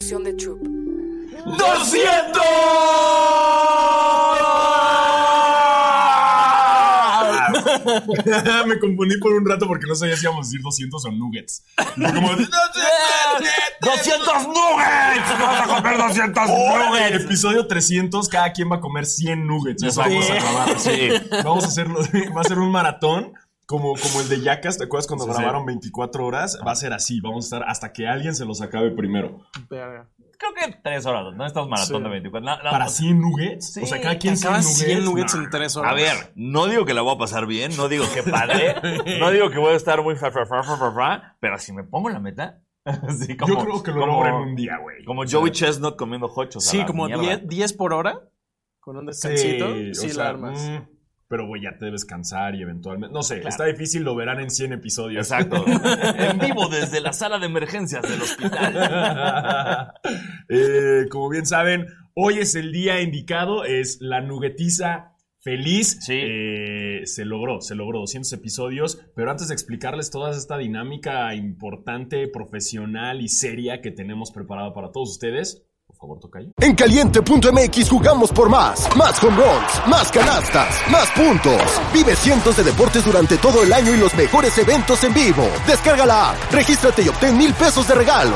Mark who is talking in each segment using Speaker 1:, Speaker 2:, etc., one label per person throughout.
Speaker 1: producción de Troop.
Speaker 2: ¡200! Me confundí por un rato porque no sabía si íbamos a decir 200 o nuggets. Fue como, ¡200
Speaker 3: ¡200 nuggets! ¡Vamos a comer 200
Speaker 2: nuggets! En
Speaker 3: nuggets!
Speaker 2: el episodio 300, cada quien va a comer 100 nuggets. Eso
Speaker 3: Sí.
Speaker 2: vamos a grabar. sí. Vamos a hacerlo. Va a ser un maratón. Como, como el de Yacas, ¿te acuerdas cuando
Speaker 3: Sí, sí.
Speaker 2: grabaron 24 horas? Va a ser así, vamos a estar hasta que alguien se los acabe primero.
Speaker 4: Verga.
Speaker 3: Creo que tres horas, ¿no? Estamos maratón
Speaker 4: Sí.
Speaker 3: de 24. No, no,
Speaker 2: ¿Para 100 nuggets?
Speaker 3: Sí,
Speaker 2: o sea, cada
Speaker 4: ¿Te
Speaker 2: quien 100
Speaker 4: acabas
Speaker 2: nuggets.
Speaker 4: 100 nuggets
Speaker 2: Nah.
Speaker 4: en 3 horas?
Speaker 3: A ver, no digo que la voy a pasar bien, no digo que padre, no digo que voy a estar muy fa, fa, fa, fa, fa, fa, pero si me pongo la meta, así como,
Speaker 2: Yo creo que lo
Speaker 3: como,
Speaker 2: logro en un día, güey.
Speaker 3: como Joey Chestnut comiendo
Speaker 2: Pues
Speaker 3: hochos. a
Speaker 4: Sí,
Speaker 3: la
Speaker 4: como
Speaker 3: mierda.
Speaker 4: 10, 10 por hora. Con un descansito. Sí,
Speaker 2: o
Speaker 4: la
Speaker 2: sea,
Speaker 4: armas.
Speaker 2: mm, pero güey, ya te debes cansar y eventualmente. No sé, está difícil, lo verán en 100 episodios.
Speaker 3: Exacto. en vivo desde la sala de emergencias del hospital.
Speaker 2: Eh, como bien saben, hoy es el día indicado, es la nuguetiza feliz.
Speaker 3: Sí.
Speaker 2: Eh, se logró, se logró 200 episodios, pero antes de explicarles toda esta dinámica importante, profesional y seria que tenemos preparada para todos ustedes, por favor, toca ahí.
Speaker 5: En caliente.mx jugamos por más. Más home runs, más canastas, más puntos. Vive cientos de deportes durante todo el año y los mejores eventos en vivo. Descarga la app, regístrate y obtén mil pesos de regalo.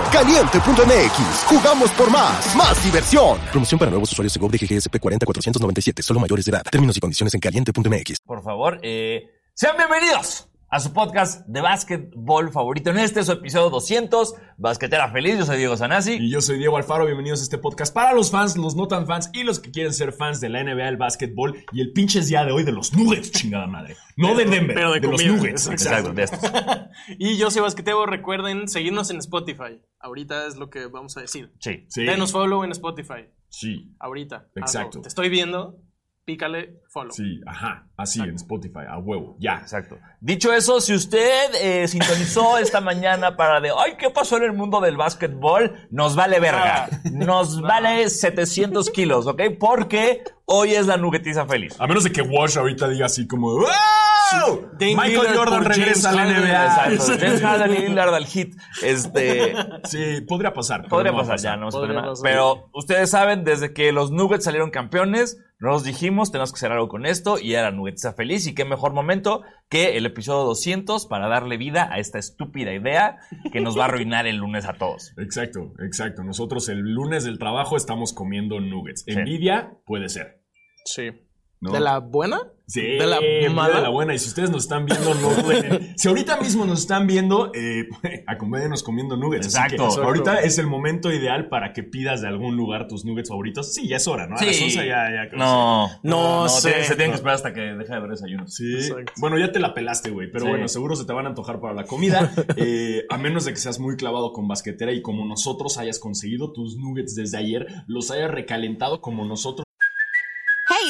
Speaker 5: Caliente.mx, jugamos por más. Más diversión. Promoción para nuevos usuarios de GOV de GGSP 40497, solo mayores de edad. Términos y condiciones en caliente.mx.
Speaker 3: Por favor, eh, sean bienvenidos a su podcast de básquetbol favorito. En este es su episodio 200, Basquetera Feliz. Yo soy Diego Sanasi.
Speaker 2: Y yo soy Diego Alfaro, bienvenidos a este podcast para los fans, los no tan fans y los que quieren ser fans de la NBA, el básquetbol y el pinche día de hoy de los Nuggets, chingada madre. No de Denver,
Speaker 4: pero
Speaker 2: de,
Speaker 4: de
Speaker 2: los
Speaker 4: comida,
Speaker 2: Nuggets.
Speaker 3: Exacto, de estos.
Speaker 4: Y yo soy Basquetebo, recuerden seguirnos en Spotify. Ahorita es lo que vamos a decir.
Speaker 3: Sí.
Speaker 2: Sí,
Speaker 4: Denos follow en Spotify.
Speaker 2: sí,
Speaker 4: Ahorita.
Speaker 2: Exacto.
Speaker 4: Hazlo. Te estoy viendo. Pícale follow.
Speaker 2: sí, ajá, así en Spotify, a huevo, ya.
Speaker 3: Exacto. Dicho eso, si usted eh, sintonizó esta mañana para de, ay, ¿qué pasó en el mundo del básquetbol? Nos vale verga. Nos vale 700 kilos, ¿ok? Porque hoy es la nuggetiza feliz.
Speaker 2: A menos de que Wash ahorita diga así como, ¡Wow!
Speaker 4: Dame
Speaker 2: Michael
Speaker 4: Lillard
Speaker 2: Jordan
Speaker 4: por
Speaker 2: regresa a la
Speaker 4: James
Speaker 2: NBA.
Speaker 4: Harden.
Speaker 3: Exacto. James Harden y Lillard al hit. Este,
Speaker 2: Sí, podría pasar. pero
Speaker 3: podría
Speaker 2: no va a
Speaker 3: pasar ya, no es
Speaker 4: Podría
Speaker 3: problema.
Speaker 4: pasar.
Speaker 3: Pero ustedes saben, desde que los Nuggets salieron campeones, nos dijimos, tenemos que hacer algo con esto, y era Nuggetiza feliz, y qué mejor momento que el episodio 200 para darle vida a esta estúpida idea que nos va a arruinar el lunes a todos.
Speaker 2: Exacto, exacto. Nosotros el lunes del trabajo estamos comiendo Nuggets.
Speaker 3: Sí.
Speaker 2: Envidia puede ser.
Speaker 4: Sí.
Speaker 2: ¿no?
Speaker 4: ¿De la buena?
Speaker 2: Sí,
Speaker 4: De la
Speaker 2: mira,
Speaker 4: mala.
Speaker 2: de la buena. Y si ustedes nos están viendo, no duden. Si ahorita mismo nos están viendo, eh, acompáñenos comiendo nuggets. Así
Speaker 3: Exacto.
Speaker 2: que
Speaker 3: Exacto.
Speaker 2: Ahorita es el momento ideal para que pidas de algún lugar tus nuggets favoritos. Sí, ya es hora, ¿no? A las
Speaker 3: Sí.
Speaker 2: 11 ya, ya.
Speaker 3: No,
Speaker 4: No sé.
Speaker 3: tiene- se tienen que esperar hasta que deje de haber desayunos.
Speaker 2: Sí.
Speaker 4: Exacto.
Speaker 2: Bueno, ya te la pelaste, güey. Pero
Speaker 3: Sí.
Speaker 2: bueno, seguro se te van a antojar para la comida. Eh, a menos de que seas muy clavado con basquetera y como nosotros hayas conseguido tus nuggets desde ayer, los hayas recalentado como nosotros.
Speaker 6: Hey,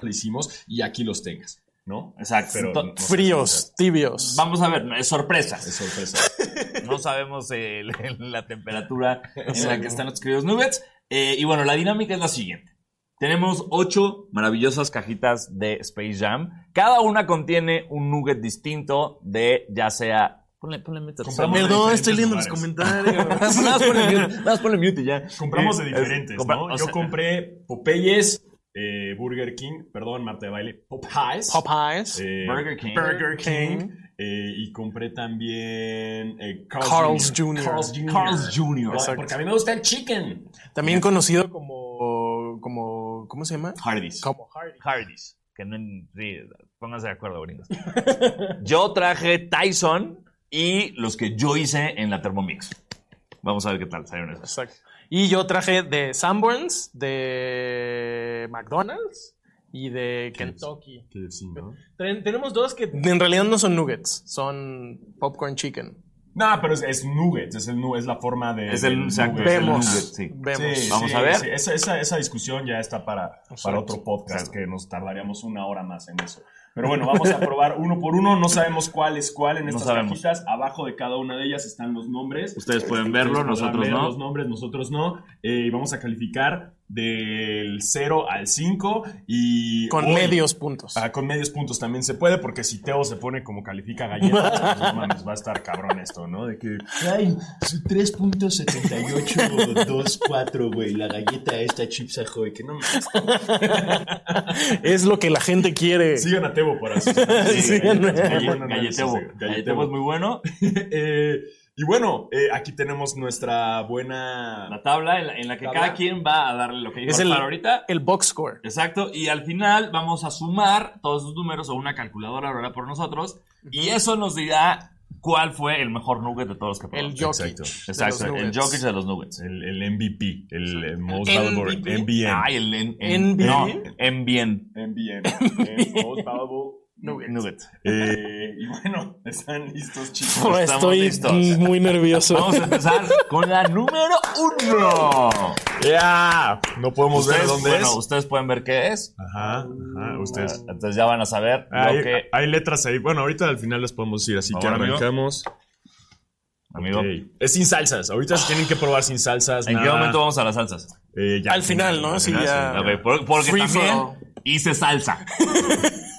Speaker 2: le hicimos y aquí los tengas, ¿no?
Speaker 3: Exacto.
Speaker 2: Pero
Speaker 3: To-
Speaker 2: no- no sé
Speaker 4: Fríos, tibios.
Speaker 3: Vamos a ver, no, es sorpresa.
Speaker 2: si es sorpresa.
Speaker 3: No sabemos eh, la temperatura en la que están los queridos Nuggets. Eh, y bueno, la dinámica es la siguiente. Tenemos ocho maravillosas cajitas de Space Jam. Cada una contiene un nugget distinto de ya sea... Ponle, ponle mute.
Speaker 2: Compramos
Speaker 3: Perdón.
Speaker 2: de
Speaker 4: Perdón, estoy
Speaker 2: diferentes
Speaker 4: leyendo los
Speaker 2: lugares.
Speaker 4: comentarios.
Speaker 3: Nada más ponle mute, nada más ponle mute y ya.
Speaker 2: Compramos de
Speaker 3: Eh,
Speaker 2: diferentes,
Speaker 3: compra-
Speaker 2: ¿no?
Speaker 3: o
Speaker 2: Yo
Speaker 3: sea,
Speaker 2: compré Popeyes, eh, Burger King, perdón, Marta de baile, Popeyes.
Speaker 4: Popeyes.
Speaker 2: eh,
Speaker 3: Burger King.
Speaker 2: Burger King.
Speaker 4: King.
Speaker 2: eh, y compré también eh,
Speaker 4: Carl's Jr..
Speaker 2: Carl's Jr.
Speaker 3: Carl's Jr.
Speaker 2: Ay, Porque a mí me gusta el chicken.
Speaker 4: También conocido como, como. ¿Cómo se llama?
Speaker 2: Hardee's.
Speaker 4: Como Hardy.
Speaker 3: Hardee's. Que no, sí, pónganse de acuerdo, gringos. Yo traje Tyson y los que yo hice en la Thermomix. Vamos a ver qué tal salieron esos.
Speaker 4: Exacto. Y yo traje de Sanborns, de McDonald's y de Kentucky.
Speaker 2: KFC, ¿no?
Speaker 4: Ten- tenemos dos que en realidad no son nuggets, son popcorn chicken.
Speaker 2: No, pero es, es nuggets, es, el, nu- es la forma de.
Speaker 3: Es el-
Speaker 2: del
Speaker 3: exacto,
Speaker 2: nugget.
Speaker 3: es el
Speaker 4: Vemos.
Speaker 3: nugget, sí.
Speaker 4: Vemos.
Speaker 2: Sí,
Speaker 3: Vamos
Speaker 2: sí,
Speaker 3: a ver.
Speaker 2: sí. Esa, esa- esa discusión ya está para, para otro podcast
Speaker 3: Exacto.
Speaker 2: que nos tardaríamos una hora más en eso. Pero bueno, vamos a probar uno por uno. No sabemos cuál es cuál en
Speaker 3: No
Speaker 2: estas
Speaker 3: sabemos.
Speaker 2: cajitas. Abajo de cada una de ellas están los nombres.
Speaker 3: Ustedes pueden verlo,
Speaker 2: Ustedes podrán
Speaker 3: nosotros
Speaker 2: ver
Speaker 3: no.
Speaker 2: Los nombres, nosotros no. Eh, y vamos a calificar del 0 al 5 y
Speaker 4: Con
Speaker 2: hoy-
Speaker 4: medios puntos.
Speaker 2: Ah, con medios puntos también se puede, porque si Teo se pone como califica galletas, pues, no mames, va a estar cabrón esto, ¿no? De que,
Speaker 1: Ay, su 3.7824, güey. La galleta esta Chips Ahoy, que no me
Speaker 4: Es lo que la gente quiere.
Speaker 2: sigan a Tebo por así.
Speaker 4: Sí,
Speaker 3: Galle-
Speaker 2: Buen análisis de
Speaker 3: Galletebo. Galletebo es
Speaker 2: Galletebo.
Speaker 3: muy bueno.
Speaker 2: Eh, y bueno, eh, aquí tenemos nuestra buena...
Speaker 3: La tabla en la, en la que
Speaker 2: Tabla.
Speaker 3: cada quien va a darle lo que dijo
Speaker 4: Es
Speaker 3: el
Speaker 4: el-
Speaker 3: par ahorita.
Speaker 4: El box score.
Speaker 3: Exacto, y al final vamos a sumar todos esos números a una calculadora ahora por nosotros y eso nos dirá cuál fue el mejor nugget de todos los que
Speaker 4: El
Speaker 3: probamos.
Speaker 4: Jokic.
Speaker 2: Exacto.
Speaker 4: de
Speaker 3: Exacto,
Speaker 4: los
Speaker 3: el
Speaker 4: Nuggets.
Speaker 3: Jokic de los Nuggets.
Speaker 2: El, el MVP, el, eh, Most
Speaker 4: MVP.
Speaker 2: Valuable MVN.
Speaker 3: Ay, el en,
Speaker 4: ¿NBN?
Speaker 3: No, en bien.
Speaker 2: MVN. el Most Valuable
Speaker 4: Nuggets.
Speaker 2: Eh, y bueno, están listos, chicos.
Speaker 4: Oh,
Speaker 3: Estamos
Speaker 4: Estoy
Speaker 3: listos.
Speaker 4: muy nervioso.
Speaker 3: Vamos a empezar con la número uno.
Speaker 2: ¡Ya! No podemos ver
Speaker 3: Ustedes,
Speaker 2: Pues, dónde
Speaker 3: bueno,
Speaker 2: es. Ah.
Speaker 3: ustedes pueden ver qué es.
Speaker 2: Ajá, ajá, ustedes.
Speaker 3: Entonces ya van a saber
Speaker 2: Ah, Hay,
Speaker 3: lo que.
Speaker 2: hay letras ahí. Bueno, ahorita al final las podemos decir, así que
Speaker 3: Ahora, amigo.
Speaker 2: arrancamos.
Speaker 3: Amigo,
Speaker 2: Ok. Es sin salsas. Ahorita se tienen que probar sin salsas.
Speaker 3: ¿en qué
Speaker 2: nada.
Speaker 3: momento vamos a las salsas?
Speaker 2: Eh, ya.
Speaker 4: Al final, ¿no? Sí, ya.
Speaker 3: Ok, por- porque
Speaker 4: Free
Speaker 3: también
Speaker 4: for all.
Speaker 3: hice salsa.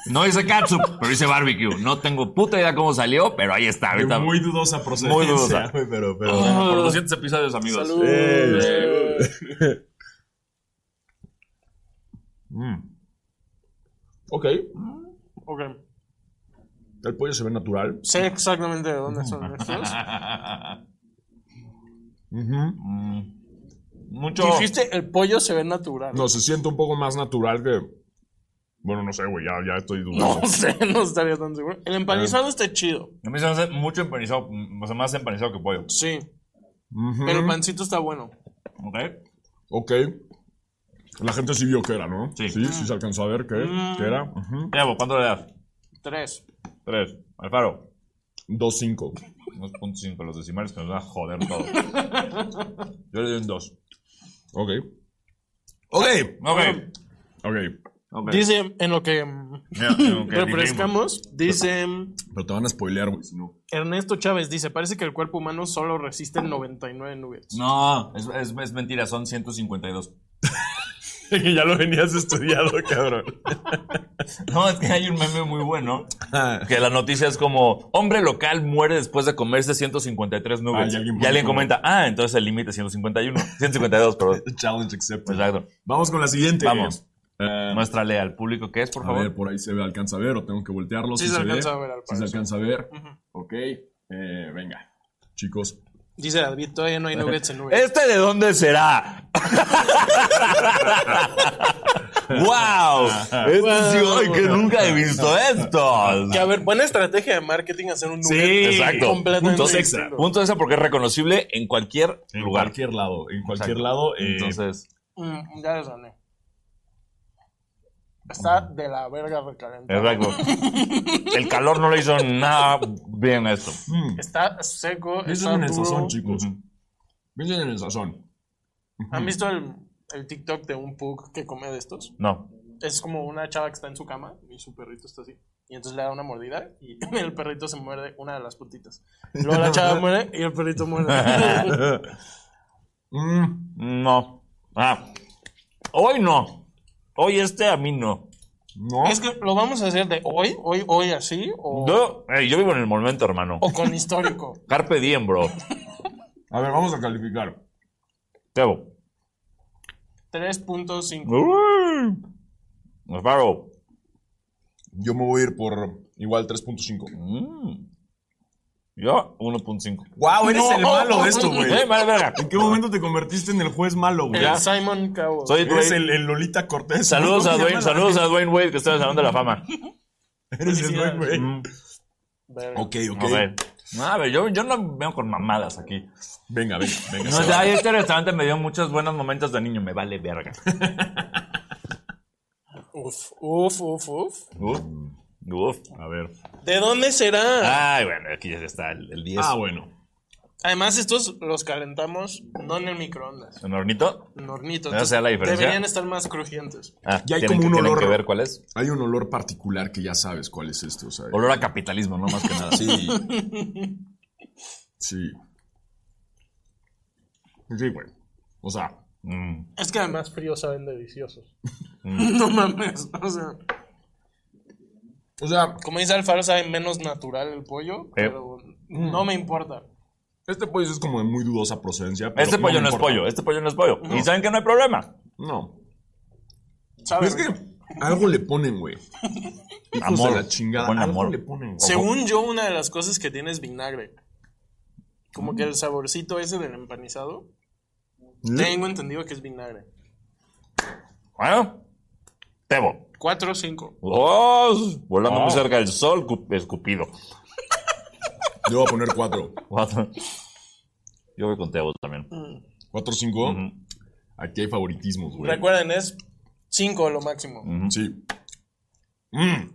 Speaker 3: No hice ketchup, pero hice barbecue. No tengo puta idea cómo salió, pero ahí está.
Speaker 2: De
Speaker 3: Ahorita.
Speaker 2: Muy dudosa procedencia.
Speaker 3: Muy dudosa.
Speaker 2: güey, Pero, pero.
Speaker 3: Por 200 episodios, amigos.
Speaker 4: Salud.
Speaker 2: Eh,
Speaker 3: mm,
Speaker 2: Ok.
Speaker 4: Ok.
Speaker 2: El pollo se ve natural.
Speaker 4: Sé exactamente de dónde son estos.
Speaker 3: Mucho.
Speaker 4: Dijiste, el pollo se ve natural.
Speaker 2: No, se siente un poco más natural que. Bueno, no sé, güey. Ya, ya estoy dudando.
Speaker 4: No sé, no estaría tan seguro. El empanizado
Speaker 2: Ah.
Speaker 4: está chido.
Speaker 3: A mí se me hace mucho empanizado. mm, O sea, más empanizado que pollo.
Speaker 4: Sí.
Speaker 2: Ujú.
Speaker 4: Pero el pancito está bueno.
Speaker 3: ¿Ok?
Speaker 2: Ok. La gente sí vio que era, ¿no?
Speaker 3: Sí.
Speaker 2: Sí, sí se alcanzó a ver que, que era. Ujú.
Speaker 3: Evo, ¿cuánto le das?
Speaker 4: Tres.
Speaker 3: Tres. Alfaro.
Speaker 2: 2.5.
Speaker 3: 2.5. Los decimales que nos van a joder todo. Yo le doy un 2.
Speaker 2: Ok. Ok.
Speaker 3: Ok.
Speaker 2: Ok.
Speaker 3: Ok.
Speaker 4: Dice, en lo que mm,
Speaker 3: Mira, tengo que
Speaker 4: refrescamos, dice mm,
Speaker 2: Pero te van a spoilear, güey, si no.
Speaker 4: Ernesto Chávez, dice, parece que el cuerpo humano solo resiste 99 nuggets.
Speaker 3: No, es, es, es mentira, son 152.
Speaker 2: que ya lo venías estudiado, cabrón.
Speaker 3: No, es que hay un meme muy bueno.
Speaker 2: Ah.
Speaker 3: Que la noticia es como: hombre local muere después de comerse 153
Speaker 2: Ah,
Speaker 3: nubes.
Speaker 2: y alguien
Speaker 3: y
Speaker 2: pone
Speaker 3: alguien
Speaker 2: como-
Speaker 3: comenta: ah, entonces el límite es 151. 152, perdón.
Speaker 2: Challenge accepted.
Speaker 3: Exacto.
Speaker 2: Vamos con la siguiente.
Speaker 3: Pues, Vamos.
Speaker 2: Eh,
Speaker 3: Muéstrale al público qué es, por
Speaker 2: a ver,
Speaker 3: favor.
Speaker 2: por ahí se ve, alcanza a ver o tengo que voltearlo.
Speaker 4: Sí
Speaker 2: si
Speaker 4: se
Speaker 2: ve.
Speaker 4: alcanza a ver, al
Speaker 2: Si se
Speaker 4: parecer.
Speaker 2: alcanza a ver. Ok. eh, venga. Chicos.
Speaker 4: Dice David, todavía no hay nuggets en
Speaker 2: Pues,
Speaker 4: nuggets.
Speaker 3: ¿Este de dónde será? ¡Wow! Este sí, ay, que nunca he visto esto.
Speaker 4: Que, a ver, buena estrategia de marketing hacer un nugget
Speaker 3: exacto.
Speaker 4: completamente
Speaker 3: Puntos
Speaker 4: distinto.
Speaker 2: extra.
Speaker 3: Punto esa porque es reconocible en cualquier
Speaker 2: En
Speaker 3: lugar.
Speaker 2: cualquier lado. En cualquier
Speaker 3: Exacto.
Speaker 2: lado. eh,
Speaker 3: Entonces.
Speaker 4: Mm, ya les gané. Está de la verga recalentado.
Speaker 3: Exacto. El calor no le hizo nada bien a esto.
Speaker 2: mm,
Speaker 4: Está seco,
Speaker 2: piensen
Speaker 4: está
Speaker 2: en el
Speaker 4: duro.
Speaker 2: sazón, chicos. Piensen en el sazón.
Speaker 3: Mm.
Speaker 4: ¿Han visto el, el TikTok de un pug que come de estos?
Speaker 3: No.
Speaker 4: Es como una chava que está en su cama y su perrito está así. Y entonces le da una mordida y el perrito se muerde una de las puntitas. Y Luego la chava muere y el perrito muere.
Speaker 2: Mm,
Speaker 3: No. Ah. Hoy no. Hoy este a mí no.
Speaker 2: no.
Speaker 4: es que lo vamos a hacer de hoy, hoy, hoy así o,
Speaker 3: Yo, eh, yo vivo en el momento,
Speaker 2: Oh.
Speaker 3: hermano.
Speaker 4: o con histórico.
Speaker 3: Carpe diem, bro.
Speaker 2: A ver, vamos a calificar.
Speaker 3: Tebo.
Speaker 4: 3.5.
Speaker 3: Uy. Alfaro.
Speaker 2: Yo me voy a ir por igual 3.5.
Speaker 3: Mm. Yo, 1.5.
Speaker 2: ¡Wow! Eres
Speaker 4: No.
Speaker 2: el malo de esto, güey.
Speaker 3: Eh, madre verga.
Speaker 2: ¿En qué momento te convertiste en el juez malo, güey?
Speaker 4: El Simon Cowell.
Speaker 3: Soy
Speaker 2: Eres
Speaker 3: Dwayne.
Speaker 2: el, el Lolita Cortés.
Speaker 3: Saludos
Speaker 2: ¿no?
Speaker 3: a
Speaker 2: ¿Cómo se
Speaker 3: Dwayne,
Speaker 2: llama?
Speaker 3: saludos a Dwayne Wade, que está en el Salón de la Fama.
Speaker 2: Eres el Dwayne, güey.
Speaker 3: Mm.
Speaker 4: Verga.
Speaker 2: Ok, ok.
Speaker 3: Ok. No, A ver, yo, yo no veo con mamadas aquí.
Speaker 2: Venga, venga, venga.
Speaker 3: No,
Speaker 2: se
Speaker 3: o sea,
Speaker 2: va.
Speaker 3: ay, este restaurante me dio muchos buenos momentos de niño, me vale verga.
Speaker 4: Uf, uf, uf, uf.
Speaker 3: Uf, uf.
Speaker 2: A ver.
Speaker 4: ¿De dónde será?
Speaker 3: Ah. Ay, bueno, aquí ya está el, el 10.
Speaker 2: Ah, bueno.
Speaker 4: Además, estos los calentamos no en el microondas,
Speaker 3: ¿Un hornito?
Speaker 4: en hornito.
Speaker 3: No
Speaker 4: entonces
Speaker 3: sea la diferencia.
Speaker 4: Deberían estar más crujientes.
Speaker 3: Ah,
Speaker 2: Ya hay
Speaker 3: tienen-
Speaker 2: como un
Speaker 3: tienen
Speaker 2: olor.
Speaker 3: que ver cuál es.
Speaker 2: Hay un olor particular que ya sabes cuál es este, o sea.
Speaker 3: Olor a capitalismo, no más que nada.
Speaker 2: Sí. Sí. Sí, güey. O sea,
Speaker 3: Mm.
Speaker 4: Es que además fríos saben deliciosos. no mames. O sea,
Speaker 2: o sea,
Speaker 4: como dice Alfaro, sabe menos natural el pollo, pero no me importa.
Speaker 2: este pollo es como de muy dudosa procedencia. pero
Speaker 3: Este pollo no,
Speaker 2: me
Speaker 3: es
Speaker 2: importa.
Speaker 3: pollo, este pollo no es pollo. Y saben que no hay problema.
Speaker 2: No.
Speaker 4: ¿Sabe?
Speaker 2: Es que algo le ponen, güey. Hijos de
Speaker 3: Amor.
Speaker 2: la chingada.
Speaker 3: Buen
Speaker 2: algo
Speaker 3: amor.
Speaker 2: le ponen, güey.
Speaker 4: Según yo, una de las cosas que tiene es vinagre. Como que el saborcito ese del empanizado. Tengo entendido que es vinagre.
Speaker 3: Bueno, Tebo.
Speaker 4: 4 o 5.
Speaker 3: ¡Oh! Volando muy cerca del sol, cu- escupido.
Speaker 2: Yo voy a poner cuatro.
Speaker 3: Cuatro. Yo voy con Tebo también.
Speaker 2: Cuatro, cinco. Aquí hay favoritismos, güey.
Speaker 4: Recuerden, es 5 lo máximo.
Speaker 2: Sí. Mm.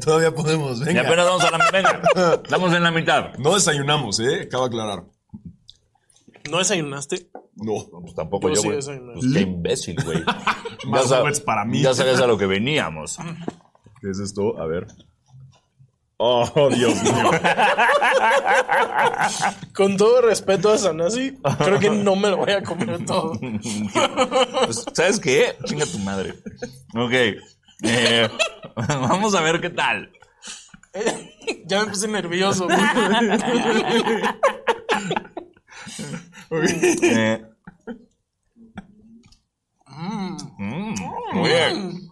Speaker 2: Todavía podemos,
Speaker 3: Y
Speaker 2: venga.
Speaker 3: apenas vamos a la mitad. Estamos en la mitad.
Speaker 2: No desayunamos, ¿eh? Acabo de aclarar.
Speaker 4: ¿No desayunaste?
Speaker 2: No.
Speaker 3: Pues tampoco
Speaker 4: Yo
Speaker 3: yo,
Speaker 4: sí
Speaker 3: güey.
Speaker 4: desayuné.
Speaker 3: pues qué imbécil, güey.
Speaker 2: Más
Speaker 3: sab-
Speaker 2: Uber's para mí.
Speaker 3: Ya sabías a lo que veníamos.
Speaker 2: ¿Qué es esto? A ver. Oh, Dios mío.
Speaker 4: Con todo respeto a Sanasi, creo que no me lo voy a comer todo.
Speaker 3: Pues, ¿sabes qué? Chinga tu madre. Ok. Eh, vamos a ver qué tal.
Speaker 4: ya me puse nervioso.
Speaker 3: Eh. Mm, muy bien.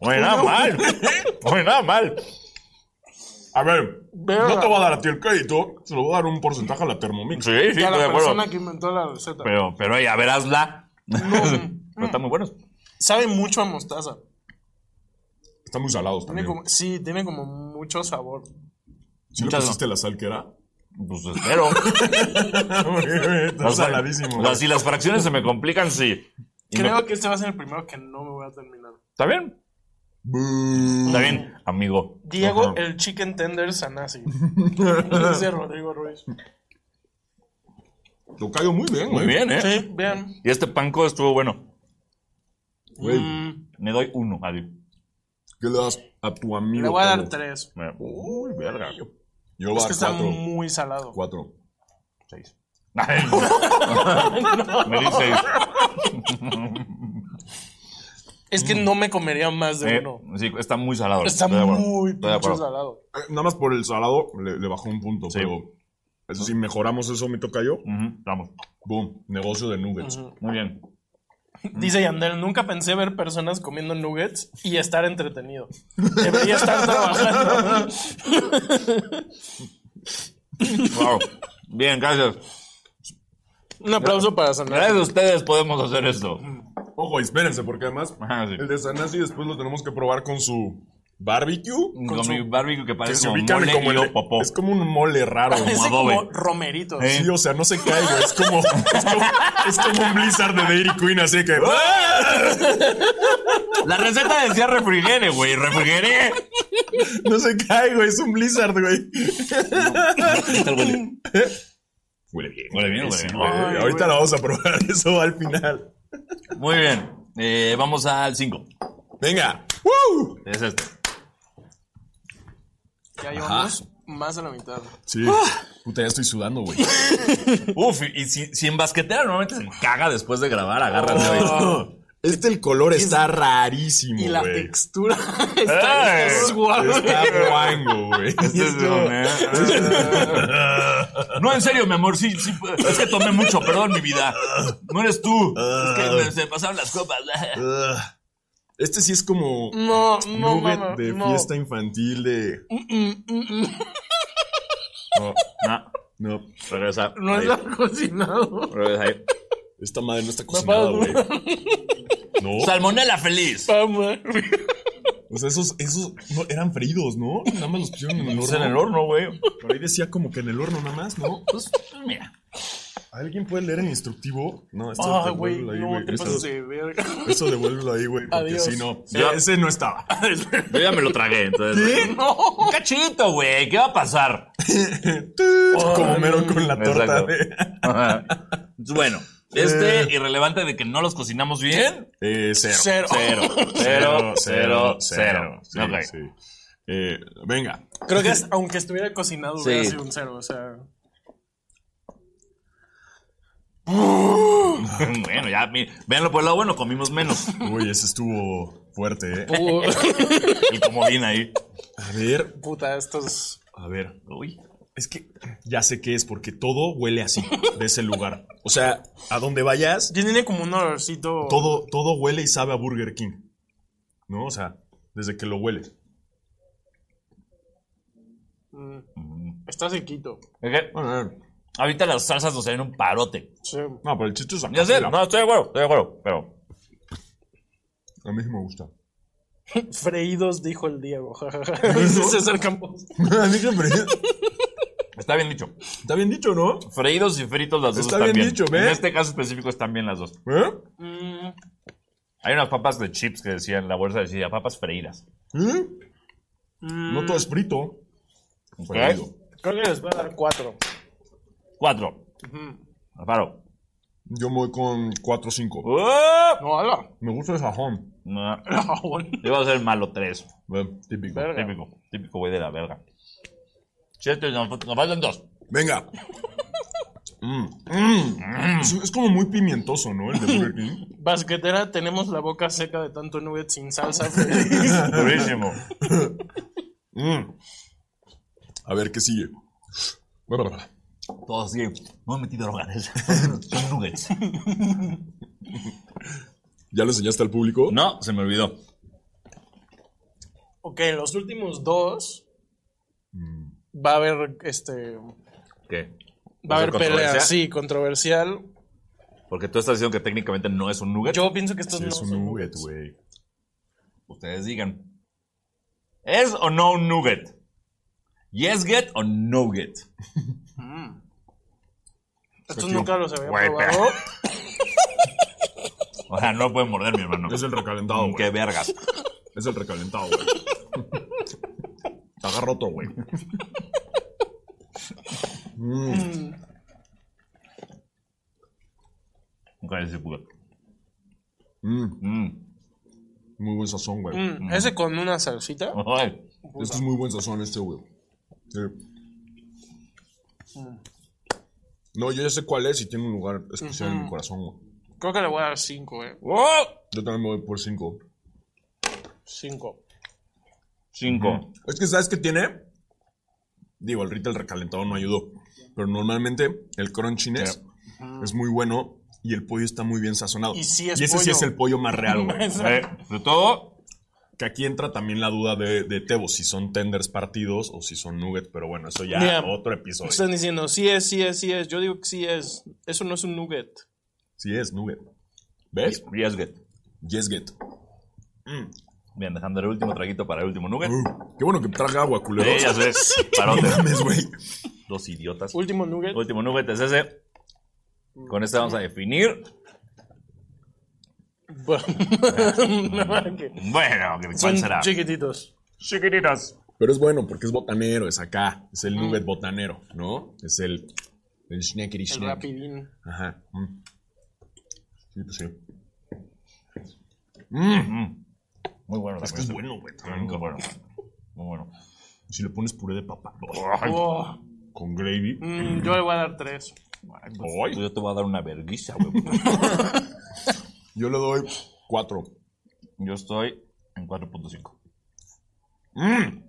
Speaker 3: No hay nada mal. No hay nada mal.
Speaker 2: A ver,
Speaker 4: Verga.
Speaker 2: no te voy a dar a ti el crédito, se lo voy a dar un porcentaje a la Thermomix.
Speaker 3: Sí, sí,
Speaker 4: Y a
Speaker 3: estoy de
Speaker 4: la
Speaker 3: acuerdo.
Speaker 4: persona que inventó la receta.
Speaker 3: Pero, pero ya verás la. Pero están muy buenos.
Speaker 4: Sabe mucho a mostaza.
Speaker 2: Están muy salados
Speaker 4: Tiene
Speaker 2: también.
Speaker 4: como- sí, tiene como mucho sabor.
Speaker 2: ¿Sí le
Speaker 3: Muchas
Speaker 2: pusiste la sal que era?
Speaker 3: Pues espero.
Speaker 2: Está
Speaker 3: O sea,
Speaker 2: saladísimo.
Speaker 3: O sea, si las fracciones se me complican, sí. Y me-
Speaker 4: Creo que este va a ser el primero que no me voy a terminar.
Speaker 3: ¿Está bien? Está bien, amigo.
Speaker 4: Diego,
Speaker 3: Ajá.
Speaker 4: el chicken tender Sanasi. Dice Rodrigo Ruiz.
Speaker 2: Lo cayó muy bien,
Speaker 3: Muy
Speaker 2: güey.
Speaker 3: bien, ¿eh?
Speaker 4: Sí, vean.
Speaker 3: Y este panco estuvo bueno.
Speaker 2: Güey,
Speaker 4: Mm,
Speaker 3: Me doy uno, adiós.
Speaker 2: ¿Qué le das a tu amigo?
Speaker 4: le voy a dar
Speaker 2: Tavo?
Speaker 4: tres.
Speaker 2: Uy, verga. Yo le voy
Speaker 4: Es
Speaker 2: a
Speaker 4: que
Speaker 2: dar
Speaker 4: está
Speaker 2: cuatro.
Speaker 4: muy salado.
Speaker 2: Cuatro.
Speaker 3: Seis. Me di seis.
Speaker 4: Es que no me comería más de
Speaker 3: Eh,
Speaker 4: uno.
Speaker 3: sí, está muy salado.
Speaker 4: Está
Speaker 3: Estoy de acuerdo.
Speaker 4: muy
Speaker 3: Estoy de
Speaker 4: pinche
Speaker 3: acuerdo.
Speaker 4: salado.
Speaker 2: Eh, nada más por el salado le, le bajó un punto,
Speaker 3: Sí.
Speaker 2: pero eso sí, mejoramos eso, mi tocayo.
Speaker 3: Ujú, Vamos.
Speaker 2: Boom, negocio de nuggets.
Speaker 3: Muy bien. Mm.
Speaker 4: Dice Yandel, nunca pensé ver personas comiendo nuggets y estar entretenido. Debería estar trabajando.
Speaker 3: Wow. Bien, gracias.
Speaker 4: Un aplauso para Sanasi.
Speaker 3: Gracias a ustedes podemos hacer esto.
Speaker 2: Ojo, espérense, porque además
Speaker 3: Ajá, sí.
Speaker 2: el de Sanasi después lo tenemos que probar con su barbecue.
Speaker 3: Con, mi barbecue que
Speaker 2: Que
Speaker 3: parece
Speaker 2: se
Speaker 3: como
Speaker 2: ubican
Speaker 3: mole
Speaker 2: como
Speaker 3: y
Speaker 2: el-
Speaker 3: yo popó.
Speaker 2: Es como un mole raro.
Speaker 4: Parece
Speaker 3: adobe.
Speaker 4: como romeritos.
Speaker 3: Eh.
Speaker 2: Sí, o sea, no se cae, güey. Es como, es como, es como un blizzard de Dairy Queen, así que. ¡ah!
Speaker 3: La receta decía refrigere, güey. Refrigere.
Speaker 2: No se cae, güey. Es un blizzard, güey. Huele bien.
Speaker 3: Huele bien, huele
Speaker 2: Sí,
Speaker 3: bien.
Speaker 2: güey.
Speaker 4: Ay,
Speaker 2: Ahorita
Speaker 4: güey.
Speaker 2: la vamos a probar. Eso va al final.
Speaker 3: Muy bien. Eh, vamos al 5.
Speaker 2: Venga. ¡Woo!
Speaker 3: Es este.
Speaker 4: Ya llevamos más de la mitad.
Speaker 2: Sí.
Speaker 4: Ah.
Speaker 2: Puta, ya estoy sudando, güey.
Speaker 3: Uf, y si, si en basquetera normalmente se caga después de grabar, agárrate hoy.
Speaker 2: Este el color está rarísimo,
Speaker 4: Y la
Speaker 2: güey.
Speaker 4: textura está,
Speaker 3: Ey.
Speaker 4: está guau.
Speaker 2: Está guango, güey.
Speaker 3: Este es un, eh. No, en serio, mi amor, sí, sí. Es que tomé mucho, perdón, mi vida. No eres tú. Es que me- se pasaron las copas.
Speaker 2: Ah. Este sí es como
Speaker 4: No, Mm, no,
Speaker 2: nugget
Speaker 4: mamá,
Speaker 2: de
Speaker 4: no.
Speaker 2: fiesta infantil de.
Speaker 3: No, no.
Speaker 2: No,
Speaker 3: Regresa.
Speaker 4: No
Speaker 3: ahí,
Speaker 4: está cocinado.
Speaker 3: Regresa ahí.
Speaker 2: esta madre no está cocinada,
Speaker 4: puedo.
Speaker 2: güey. No.
Speaker 3: Salmonela feliz.
Speaker 4: Ah,
Speaker 2: O sea, esos, esos no, eran freídos, ¿no? Nada más los pusieron en el horno.
Speaker 3: horno, güey.
Speaker 2: Por ahí decía como que en el horno nada más, ¿no?
Speaker 3: Pues, mira.
Speaker 2: ¿Alguien puede leer el instructivo?
Speaker 7: No, esto
Speaker 4: Ah,
Speaker 7: te
Speaker 4: güey,
Speaker 7: vuelvo ahí,
Speaker 4: no, te
Speaker 7: Eso-
Speaker 4: pasas de verga.
Speaker 2: Eso devuélvelo ahí, güey. Porque
Speaker 4: Adiós.
Speaker 2: si no.
Speaker 3: Ya.
Speaker 7: Ese no estaba.
Speaker 3: Yo ya me lo tragué, entonces. Un cachito, güey. ¿Qué va a pasar?
Speaker 2: Como mero con la torta.
Speaker 3: Exacto.
Speaker 2: De...
Speaker 3: Ajá. bueno, este irrelevante de que no los cocinamos bien.
Speaker 2: Eh, cero.
Speaker 4: Cero.
Speaker 3: Cero, cero, cero, cero.
Speaker 2: Sí,
Speaker 3: Ok.
Speaker 2: sí. Eh, venga.
Speaker 4: Creo que es- aunque estuviera cocinado
Speaker 3: Sí.
Speaker 4: hubiera sido un cero, o sea...
Speaker 3: Bueno, ya, mi- véanlo por el lado bueno, comimos menos.
Speaker 2: Uy, ese estuvo fuerte, eh.
Speaker 3: El comodín ahí.
Speaker 2: A ver,
Speaker 4: Puta, estos...
Speaker 2: a ver.
Speaker 3: Uy.
Speaker 2: Es que ya sé qué es, porque todo huele así, de ese lugar. O sea, a donde vayas,
Speaker 4: Ya tiene como un olorcito...
Speaker 2: todo, todo huele y sabe a Burger King. ¿No? O sea, desde que lo hueles.
Speaker 4: Está sequito.
Speaker 3: Es que
Speaker 2: Bueno, no,
Speaker 3: ahorita las salsas nos salen un parote.
Speaker 4: Sí.
Speaker 2: no, pero el chiste es
Speaker 3: Ya sé,
Speaker 2: sacártela.
Speaker 3: no, estoy de acuerdo, estoy de acuerdo, pero.
Speaker 2: A mí sí me gusta.
Speaker 4: Freídos dijo el Diego. César Campos.
Speaker 2: A mí siempre-
Speaker 3: Está bien dicho.
Speaker 2: Está bien dicho, ¿no?
Speaker 3: Freídos y fritos las dos
Speaker 2: Está
Speaker 3: están
Speaker 2: bien
Speaker 3: bien.
Speaker 2: dicho, ¿ves?
Speaker 3: En este caso específico están bien las dos.
Speaker 2: ¿Eh?
Speaker 4: Mm,
Speaker 3: Hay unas papas de chips que decían, la bolsa decía papas freídas.
Speaker 2: ¿Eh?
Speaker 3: Mm.
Speaker 2: No todo es frito. Freído.
Speaker 4: creo que les voy a dar cuatro.
Speaker 3: Cuatro. Alfaro.
Speaker 2: Yo me voy con 4 o 5.
Speaker 3: ¡Oh!
Speaker 4: No, ala.
Speaker 2: Me gusta el sajón.
Speaker 3: No,
Speaker 4: Jabón.
Speaker 3: yo iba a ser malo tres.
Speaker 2: Bueno, típico.
Speaker 4: Verga.
Speaker 3: Típico, típico güey de la verga. Siete, nos, nos faltan dos.
Speaker 2: Venga. Mm, mm. Es, es como muy pimientoso, ¿no? El de Burger King.
Speaker 4: Basquetera, tenemos la boca seca de tanto nugget sin salsa. Freddy.
Speaker 3: Durísimo.
Speaker 2: Mm. A ver, ¿qué sigue? Bueno,
Speaker 3: Todos así, no me metí drogas. Son nuggets.
Speaker 2: ¿Ya lo enseñaste al público?
Speaker 3: No, se me olvidó.
Speaker 4: ok, los últimos dos va a haber este.
Speaker 3: ¿Qué?
Speaker 4: Va a
Speaker 3: ¿Va a
Speaker 4: haber
Speaker 3: ser
Speaker 4: pelea,
Speaker 3: controversial?
Speaker 4: sí, controversial.
Speaker 3: Porque tú estás diciendo que técnicamente no es un nugget.
Speaker 4: Yo pienso que estos
Speaker 2: Sí,
Speaker 4: no
Speaker 2: es un
Speaker 4: son
Speaker 2: nugget,
Speaker 4: nuggets.
Speaker 2: güey.
Speaker 3: Ustedes digan. ¿Es o no un nugget? ¿Yes get o no get?
Speaker 4: Estos nunca los había
Speaker 3: Güey,
Speaker 4: probado.
Speaker 3: O sea, no pueden morder, mi hermano.
Speaker 2: Es el recalentado,
Speaker 3: Mm,
Speaker 2: güey.
Speaker 3: Qué vergas.
Speaker 2: Es el recalentado, güey. Agarra otro, güey.
Speaker 3: Nunca les pude.
Speaker 2: Mm,
Speaker 3: Mm.
Speaker 2: muy buen sazón, güey.
Speaker 4: Mm, Ese con una salsita.
Speaker 3: Ay.
Speaker 2: Este es muy buen sazón, este, güey. Sí. No, yo ya sé cuál es y tiene un lugar especial en mi corazón, güey.
Speaker 4: Creo que le voy a dar cinco, eh.
Speaker 3: ¡Oh!
Speaker 2: Yo también me voy por 5.
Speaker 4: Cinco.
Speaker 3: Cinco.
Speaker 2: Es que, ¿sabes qué tiene? Digo, el Rita el recalentado no ayudó. Pero normalmente el crunchiness es muy bueno y el pollo está muy bien sazonado.
Speaker 4: Y sí es
Speaker 2: ese sí
Speaker 4: pollo.
Speaker 2: es el pollo más real, güey.
Speaker 3: Eh, de todo,
Speaker 2: que aquí entra también la duda de, de Tebo, si son tenders partidos o si son nuggets, pero bueno, eso ya
Speaker 4: Mira,
Speaker 2: otro episodio.
Speaker 4: Están diciendo, sí es, sí es, sí es. Yo digo que sí es. Eso no es un nugget.
Speaker 2: Sí es nugget. ¿Ves?
Speaker 3: yes get.
Speaker 2: Yes, get.
Speaker 3: Bien, dejando el último traguito para el último nugget.
Speaker 2: Uh, qué bueno que traje agua, culero.
Speaker 3: Sí, ya ves. Parote.
Speaker 2: mames, güey.
Speaker 3: Dos idiotas.
Speaker 4: Último nugget.
Speaker 3: Último nugget es ese. Con este vamos a definir.
Speaker 4: Bueno,
Speaker 3: Bueno, ¿cuál
Speaker 4: Son
Speaker 3: será?
Speaker 4: chiquititos.
Speaker 3: Chiquititas.
Speaker 2: Pero es bueno porque es botanero, es acá. Es el nugget botanero, ¿no? Es el. El schneckity
Speaker 4: El
Speaker 2: schneck.
Speaker 4: rapidín.
Speaker 2: Ajá. mm. Sí, pues sí.
Speaker 3: Muy bueno.
Speaker 2: Es que es bueno, güey. también.
Speaker 3: Muy bueno. Muy bueno.
Speaker 2: Si le pones puré de papa
Speaker 4: Oh,
Speaker 2: con gravy.
Speaker 4: mm, yo le voy a dar tres.
Speaker 3: Ay, pues, Yo te voy a dar una verguisa, güey.
Speaker 2: Yo le doy cuatro.
Speaker 3: Yo estoy en 4.5. Mm.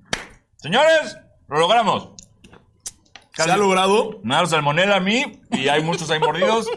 Speaker 3: Señores, lo logramos.
Speaker 2: Se ha logrado
Speaker 3: Me da salmonela a mí y hay muchos ahí mordidos.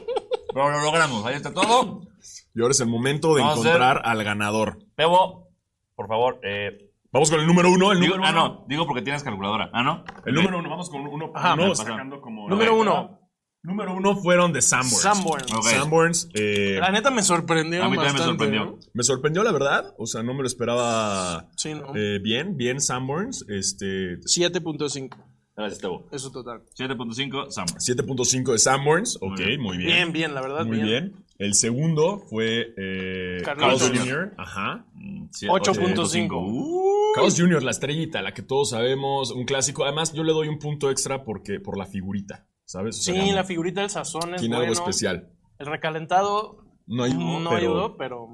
Speaker 3: Pero lo logramos. Ahí está todo.
Speaker 2: Y ahora es el momento de
Speaker 3: Vamos a hacer-
Speaker 2: encontrar al ganador.
Speaker 3: Bebo, por favor. Eh,
Speaker 2: Vamos con el número uno. El
Speaker 3: digo,
Speaker 2: número
Speaker 3: ah,
Speaker 2: uno.
Speaker 3: no. Digo porque tienes calculadora. Ah, no.
Speaker 2: El número uno. Vamos con uno.
Speaker 3: Ajá,
Speaker 2: uno
Speaker 3: me pasa.
Speaker 2: sacando como.
Speaker 4: Número uno.
Speaker 2: Número uno fueron de Sanborns.
Speaker 4: Sanborns.
Speaker 3: Ok.
Speaker 2: Sanborns. eh,
Speaker 4: La neta me sorprendió.
Speaker 3: A mí también me
Speaker 4: bastante,
Speaker 3: sorprendió.
Speaker 4: ¿no?
Speaker 2: me sorprendió, la verdad. O sea, no me lo esperaba
Speaker 4: Sí, no.
Speaker 2: eh, bien. Bien, Sanborns. Este.
Speaker 4: 7.5.
Speaker 3: Gracias, Tebo.
Speaker 4: Eso total.
Speaker 3: 7.5, Samuels.
Speaker 2: 7.5 de Sanborns. Ok, muy bien.
Speaker 4: Bien, bien, la verdad.
Speaker 2: Muy bien. El segundo fue eh,
Speaker 4: Carlos
Speaker 2: Carlos
Speaker 4: Jr.
Speaker 2: Jr. Ajá.
Speaker 3: Sí,
Speaker 4: 8.5.
Speaker 3: Uh,
Speaker 2: Carlos Jr., la estrellita, la que todos sabemos, un clásico. Además, yo le doy un punto extra porque por la figurita, ¿sabes? O sea,
Speaker 4: Sí, la figurita del sazón es
Speaker 2: tiene
Speaker 4: bueno.
Speaker 2: algo especial.
Speaker 4: El recalentado
Speaker 2: No ayudó,
Speaker 4: no
Speaker 2: pero
Speaker 4: ayudó, pero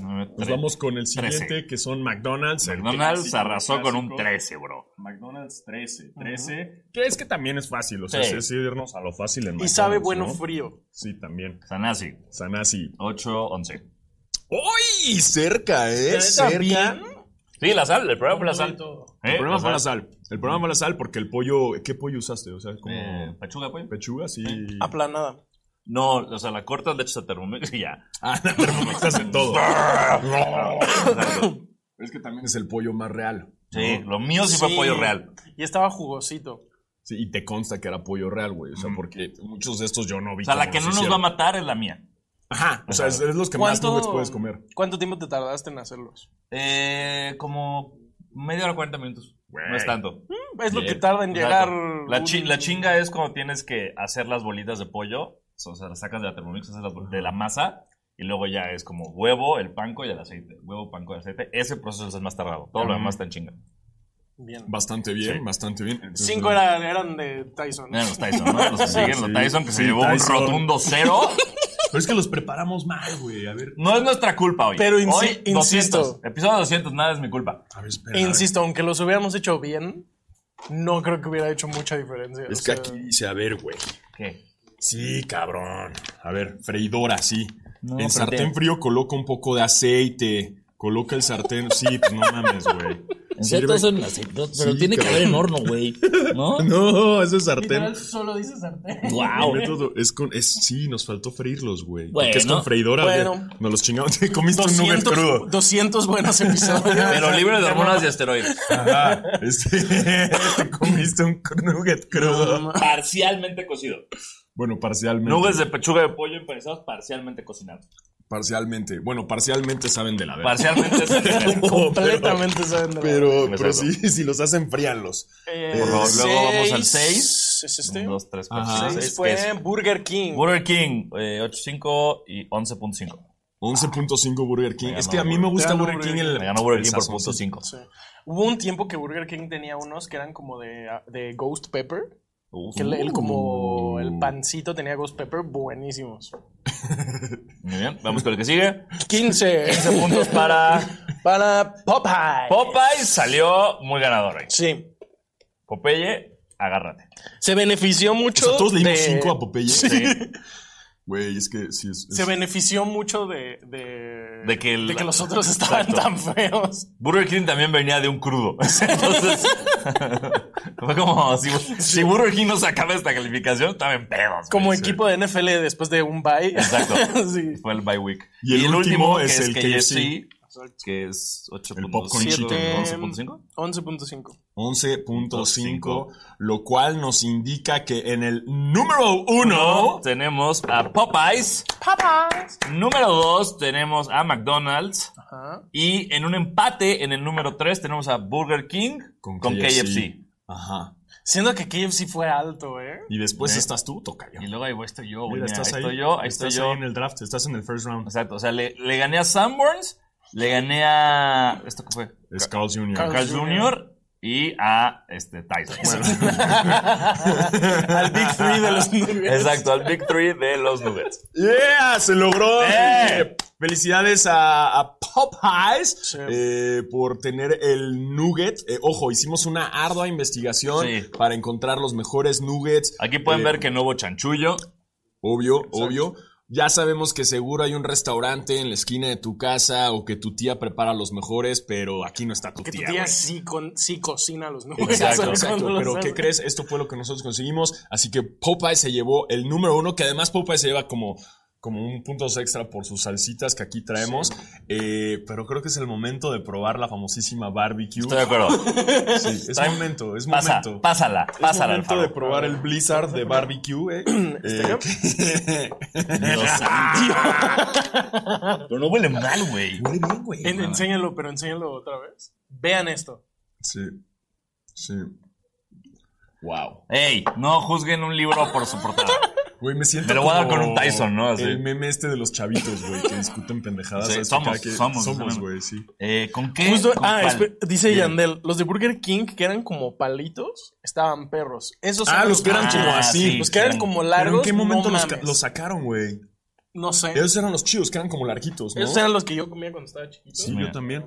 Speaker 3: nueve,
Speaker 2: nos
Speaker 3: tre-
Speaker 2: vamos con el siguiente,
Speaker 3: Trece.
Speaker 2: que son McDonald's. el
Speaker 3: McDonald's
Speaker 2: clásico,
Speaker 3: arrasó con un
Speaker 2: clásico.
Speaker 3: 13, bro.
Speaker 2: McDonald's 13, 13. Que es que también es fácil, o sea,
Speaker 3: Sí.
Speaker 2: es irnos a lo fácil en
Speaker 4: y sabe
Speaker 2: McDonald's,
Speaker 4: bueno
Speaker 2: ¿no?
Speaker 4: frío.
Speaker 2: Sí, también.
Speaker 3: Sanasi,
Speaker 2: Sanasi.
Speaker 3: 8.11.
Speaker 2: ¡Uy! Cerca, ¿eh? Cerca.
Speaker 3: Sí, la sal, el problema fue la sal. Eh,
Speaker 2: El problema fue la sal. El problema fue la sal porque el pollo. ¿Qué pollo usaste? O sea, como.
Speaker 3: Eh, ¿Pachuga, pues?
Speaker 2: Pechuga, sí.
Speaker 4: Eh, Aplanada.
Speaker 3: No, o sea, la cortas, le echas a Thermomix y ya.
Speaker 2: Ah, la Thermomix hace todo. es que también es el pollo más real.
Speaker 3: Sí, lo mío sí, fue
Speaker 4: Sí.
Speaker 3: pollo real.
Speaker 4: Y estaba jugosito.
Speaker 2: Sí, y te consta que era pollo real, güey. O sea, porque muchos de estos yo no vi.
Speaker 3: O sea, la
Speaker 2: cómo
Speaker 3: que
Speaker 2: se
Speaker 3: no nos va a
Speaker 2: hicieron.
Speaker 3: matar es la mía.
Speaker 2: Ajá. O sea, es, es los que más nubes puedes comer.
Speaker 4: ¿Cuánto tiempo te tardaste en hacerlos?
Speaker 3: Eh, como media hora, 40 minutos.
Speaker 2: Güey.
Speaker 3: No es tanto.
Speaker 4: Es lo
Speaker 2: Bien.
Speaker 4: que tarda en llegar.
Speaker 3: Exacto. La, chi-
Speaker 4: un-
Speaker 3: la chinga es cuando tienes que hacer las bolitas de pollo. O sea, las sacas de la Thermomix, haces las bol- de la masa. Y luego ya es como huevo, el panco y el aceite. Huevo, panco y aceite. Ese proceso es el más tardado. Todo lo demás está en chinga.
Speaker 4: Bien.
Speaker 2: Bastante bien, bastante bien. Entonces,
Speaker 4: Cinco era- eran de Tyson.
Speaker 3: Miren los Tyson, ¿no? Los que siguen, los
Speaker 2: Sí,
Speaker 3: Tyson, que se
Speaker 2: sí,
Speaker 3: llevó
Speaker 2: Tyson.
Speaker 3: un rotundo cero.
Speaker 2: Pero es que los preparamos mal, güey. A ver.
Speaker 3: No es nuestra culpa hoy.
Speaker 4: Pero insi-
Speaker 3: hoy,
Speaker 4: insisto.
Speaker 3: 200. Episodio 200, nada es mi culpa.
Speaker 2: A ver, espera.
Speaker 4: E insisto, aunque los hubiéramos hecho bien, no creo que hubiera hecho mucha diferencia.
Speaker 2: Es que
Speaker 4: o sea,
Speaker 2: aquí dice, a ver, güey.
Speaker 4: Ah,
Speaker 3: ¿Qué?
Speaker 2: Sí, cabrón. A ver, freidora, sí.
Speaker 3: No,
Speaker 2: en
Speaker 3: pero
Speaker 2: sartén
Speaker 3: te-
Speaker 2: frío coloca un poco de aceite. Coloca el sartén. Sí, pues no mames, güey. Sirve-
Speaker 8: pero
Speaker 2: Sí,
Speaker 8: tiene que
Speaker 2: cabrón.
Speaker 8: haber en horno, güey. ¿No?
Speaker 2: No, eso es sartén.
Speaker 4: Literal, solo dice sartén.
Speaker 8: Wow.
Speaker 2: El método es con, es, sí, nos faltó freírlos, güey.
Speaker 8: Bueno.
Speaker 2: Porque es con freidora,
Speaker 4: Bueno.
Speaker 2: güey. Nos los chingamos. Te comiste un nugget
Speaker 4: 200,
Speaker 2: crudo.
Speaker 4: 200 buenos episodios.
Speaker 3: Pero libre de hormonas y esteroides.
Speaker 2: Ajá. Este, te comiste un nugget crudo.
Speaker 3: Parcialmente cocido.
Speaker 2: Bueno, parcialmente.
Speaker 3: Nuggets de pechuga de pollo empanizados parcialmente cocinados.
Speaker 2: Parcialmente. Bueno, parcialmente saben de la verdad.
Speaker 3: Parcialmente cocinados.
Speaker 4: Completamente saben de la-
Speaker 2: Pero, pero
Speaker 3: Exacto.
Speaker 2: sí, si los hacen, fríanlos.
Speaker 4: Eh,
Speaker 2: Por
Speaker 3: favor, luego vamos al
Speaker 4: seis. ¿Es este?
Speaker 3: 1, 2, 3,
Speaker 2: Ajá.
Speaker 3: 4, 5,
Speaker 4: Seis
Speaker 3: 6.
Speaker 4: fue Burger King.
Speaker 3: Burger King, eh, 8.5 y 11.5.
Speaker 2: 11.5 Burger King.
Speaker 3: Me
Speaker 2: Es
Speaker 3: ganó
Speaker 2: que a mí
Speaker 3: Burger
Speaker 2: me gusta
Speaker 4: King.
Speaker 2: Burger King. El,
Speaker 3: Me ganó Burger
Speaker 2: el
Speaker 3: King por
Speaker 2: sazón,
Speaker 3: punto
Speaker 2: sí.
Speaker 3: 5.
Speaker 4: Sí. Hubo un tiempo que Burger King tenía unos que eran como de, ah, de Ghost Pepper. Que el, el
Speaker 3: Uh.
Speaker 4: como el pancito tenía Ghost Pepper buenísimos.
Speaker 3: Muy bien, vamos con el que sigue.
Speaker 4: 15
Speaker 3: Puntos para
Speaker 4: para Popeye.
Speaker 3: Popeye, salió muy ganador hoy.
Speaker 4: Sí.
Speaker 3: Popeye, agárrate.
Speaker 4: Se benefició
Speaker 2: O
Speaker 4: mucho.
Speaker 2: sea, todos leímos
Speaker 4: de-
Speaker 2: 5 a Popeye. Güey, es que sí es. es-
Speaker 4: Se benefició mucho de. De,
Speaker 3: De que el-
Speaker 4: los otros estaban
Speaker 3: Exacto.
Speaker 4: tan feos.
Speaker 3: Burger King también venía de un crudo. Entonces, fue como, si, si Burger King no sacaba esta calificación, estaba en pedos. güey.
Speaker 4: Como
Speaker 3: Sí.
Speaker 4: equipo de NFL después de un bye.
Speaker 3: Exacto.
Speaker 4: sí.
Speaker 3: Fue el bye week.
Speaker 2: Y el último es el KFC.
Speaker 3: que es 8.5.
Speaker 2: El popcorn
Speaker 4: Siete-
Speaker 2: chicken,
Speaker 3: 11.5.
Speaker 4: 11.5
Speaker 2: 11.5, lo cual nos indica que en el número 1
Speaker 3: Tenemos a Popeyes.
Speaker 4: Popeyes.
Speaker 3: Número 2 tenemos a McDonald's.
Speaker 4: Ajá.
Speaker 3: Y en un empate, en el número 3, tenemos a Burger King con, KFC.
Speaker 2: Ajá.
Speaker 4: Siendo que KFC fue alto, ¿eh.
Speaker 2: Y después
Speaker 3: Ve.
Speaker 2: estás tú, toca
Speaker 3: Y luego ahí voy, estoy yo. güey,
Speaker 2: Mira,
Speaker 3: mira,
Speaker 2: estás
Speaker 3: ahí
Speaker 2: ahí.
Speaker 3: estoy yo, ahí
Speaker 2: estás
Speaker 3: estoy yo.
Speaker 2: ahí en el draft, estás en el first round.
Speaker 3: Exacto, o sea, le, le gané a Sanborns, le gané a. ¿Esto qué fue?
Speaker 2: Es Carl Jr.
Speaker 4: Carl-
Speaker 3: Carl Jr. y a este, Tyson.
Speaker 4: Al Big Three de los Nuggets.
Speaker 3: Exacto, al Big Three de los Nuggets.
Speaker 2: ¡Yeah! ¡Se logró!
Speaker 3: ¡Eh!
Speaker 2: Felicidades a, a Popeyes
Speaker 4: Sí.
Speaker 2: eh, por tener el nugget. Eh, ojo, hicimos una ardua investigación
Speaker 3: Sí.
Speaker 2: para encontrar los mejores nuggets.
Speaker 3: Aquí pueden
Speaker 2: Eh,
Speaker 3: ver que no hubo chanchullo.
Speaker 2: Obvio, obvio. Ya sabemos que seguro hay un restaurante en la esquina de tu casa o que tu tía prepara los mejores, pero aquí no está tu
Speaker 4: Que tu
Speaker 2: tía.
Speaker 4: tía
Speaker 2: güey.
Speaker 4: sí, con, sí cocina los Nuggets.
Speaker 2: Exacto,
Speaker 4: ¿sabes
Speaker 2: exacto.
Speaker 4: cuándo los
Speaker 2: Pero ¿qué
Speaker 4: hace?
Speaker 2: crees? Esto fue lo que nosotros conseguimos. Así que Popeye se llevó el número uno, que además Popeye se lleva como, como un punto extra por sus salsitas que aquí traemos. Eh, pero creo que es el momento de probar la famosísima barbecue.
Speaker 3: Estoy de acuerdo.
Speaker 2: Sí, es
Speaker 3: Trae-
Speaker 2: momento, es
Speaker 3: Pasa,
Speaker 2: momento.
Speaker 3: pásala,
Speaker 2: es
Speaker 3: pásala,
Speaker 2: momento de
Speaker 3: Alfaro.
Speaker 2: probar el Blizzard de barbecue. eh. Eh,
Speaker 3: Dios santo. Pero no huele mal, güey.
Speaker 4: En- enséñalo, pero enséñalo otra vez. Vean esto.
Speaker 2: sí, sí. Wow.
Speaker 3: Ey, no juzguen un libro por su portada.
Speaker 2: Güey, me siento.
Speaker 3: Me lo voy a dar
Speaker 2: como
Speaker 3: con un Tyson, ¿no? Así.
Speaker 2: El meme este de los chavitos, güey, que discuten pendejadas.
Speaker 3: Sí,
Speaker 2: ¿sabes?
Speaker 3: somos,
Speaker 2: Cada que-
Speaker 3: somos,
Speaker 2: Somos,
Speaker 3: somos.
Speaker 2: güey, sí.
Speaker 3: Eh, ¿Con qué?
Speaker 4: Justo-
Speaker 3: ¿Con
Speaker 4: ah,
Speaker 3: cuál?
Speaker 4: espe- dice
Speaker 3: Bien.
Speaker 4: Yandel, los de Burger King que eran como palitos, estaban perros. Esos
Speaker 2: Ah,
Speaker 4: eran
Speaker 2: los que eran
Speaker 4: más
Speaker 2: como
Speaker 4: chidos.
Speaker 2: así.
Speaker 4: Los que eran como largos.
Speaker 2: Pero en qué momento
Speaker 4: no
Speaker 2: los, ca-
Speaker 4: mames.
Speaker 2: los sacaron, güey.
Speaker 4: No sé.
Speaker 2: Esos eran los chidos, que eran como larguitos, ¿no?
Speaker 4: Esos eran los que yo comía cuando estaba chiquito.
Speaker 2: Sí,
Speaker 3: Mira.
Speaker 2: yo también.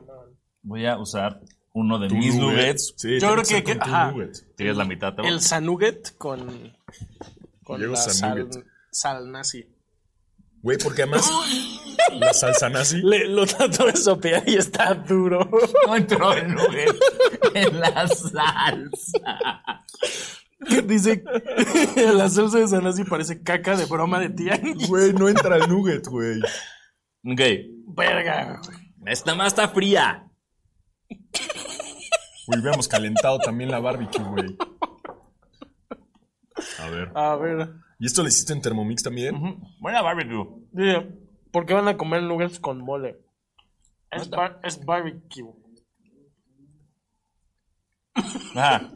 Speaker 3: Voy a usar uno de
Speaker 2: Tu
Speaker 3: mis
Speaker 2: nugget.
Speaker 3: nuggets.
Speaker 2: Sí,
Speaker 4: Yo
Speaker 2: tiene
Speaker 4: creo
Speaker 2: ser con
Speaker 4: que- que-
Speaker 2: tu
Speaker 4: ajá.
Speaker 2: nugget.
Speaker 3: Tienes la mitad. te voy a-
Speaker 4: El Sanuget con. Con
Speaker 2: Diego
Speaker 4: la sal,
Speaker 2: Sanuget.
Speaker 4: sal nazi.
Speaker 2: Güey, porque además la salsa nazi.
Speaker 4: Le- lo trato de sopear y está duro.
Speaker 3: No entró el nugget en la salsa.
Speaker 4: Dice, la salsa de San Nazi parece caca de broma de tía.
Speaker 2: Güey, no entra el nugget, güey.
Speaker 3: Ok.
Speaker 4: Verga. güey.
Speaker 3: Esta más está fría.
Speaker 2: Güey, hubiéramos calentado también la barbecue, güey. A ver.
Speaker 4: A ver.
Speaker 2: ¿Y esto lo hiciste en Thermomix también?
Speaker 3: Ujú. Buena barbecue.
Speaker 4: Dice, ¿por qué van a comer nuggets con mole? Es, bar- es barbecue.
Speaker 3: Ajá.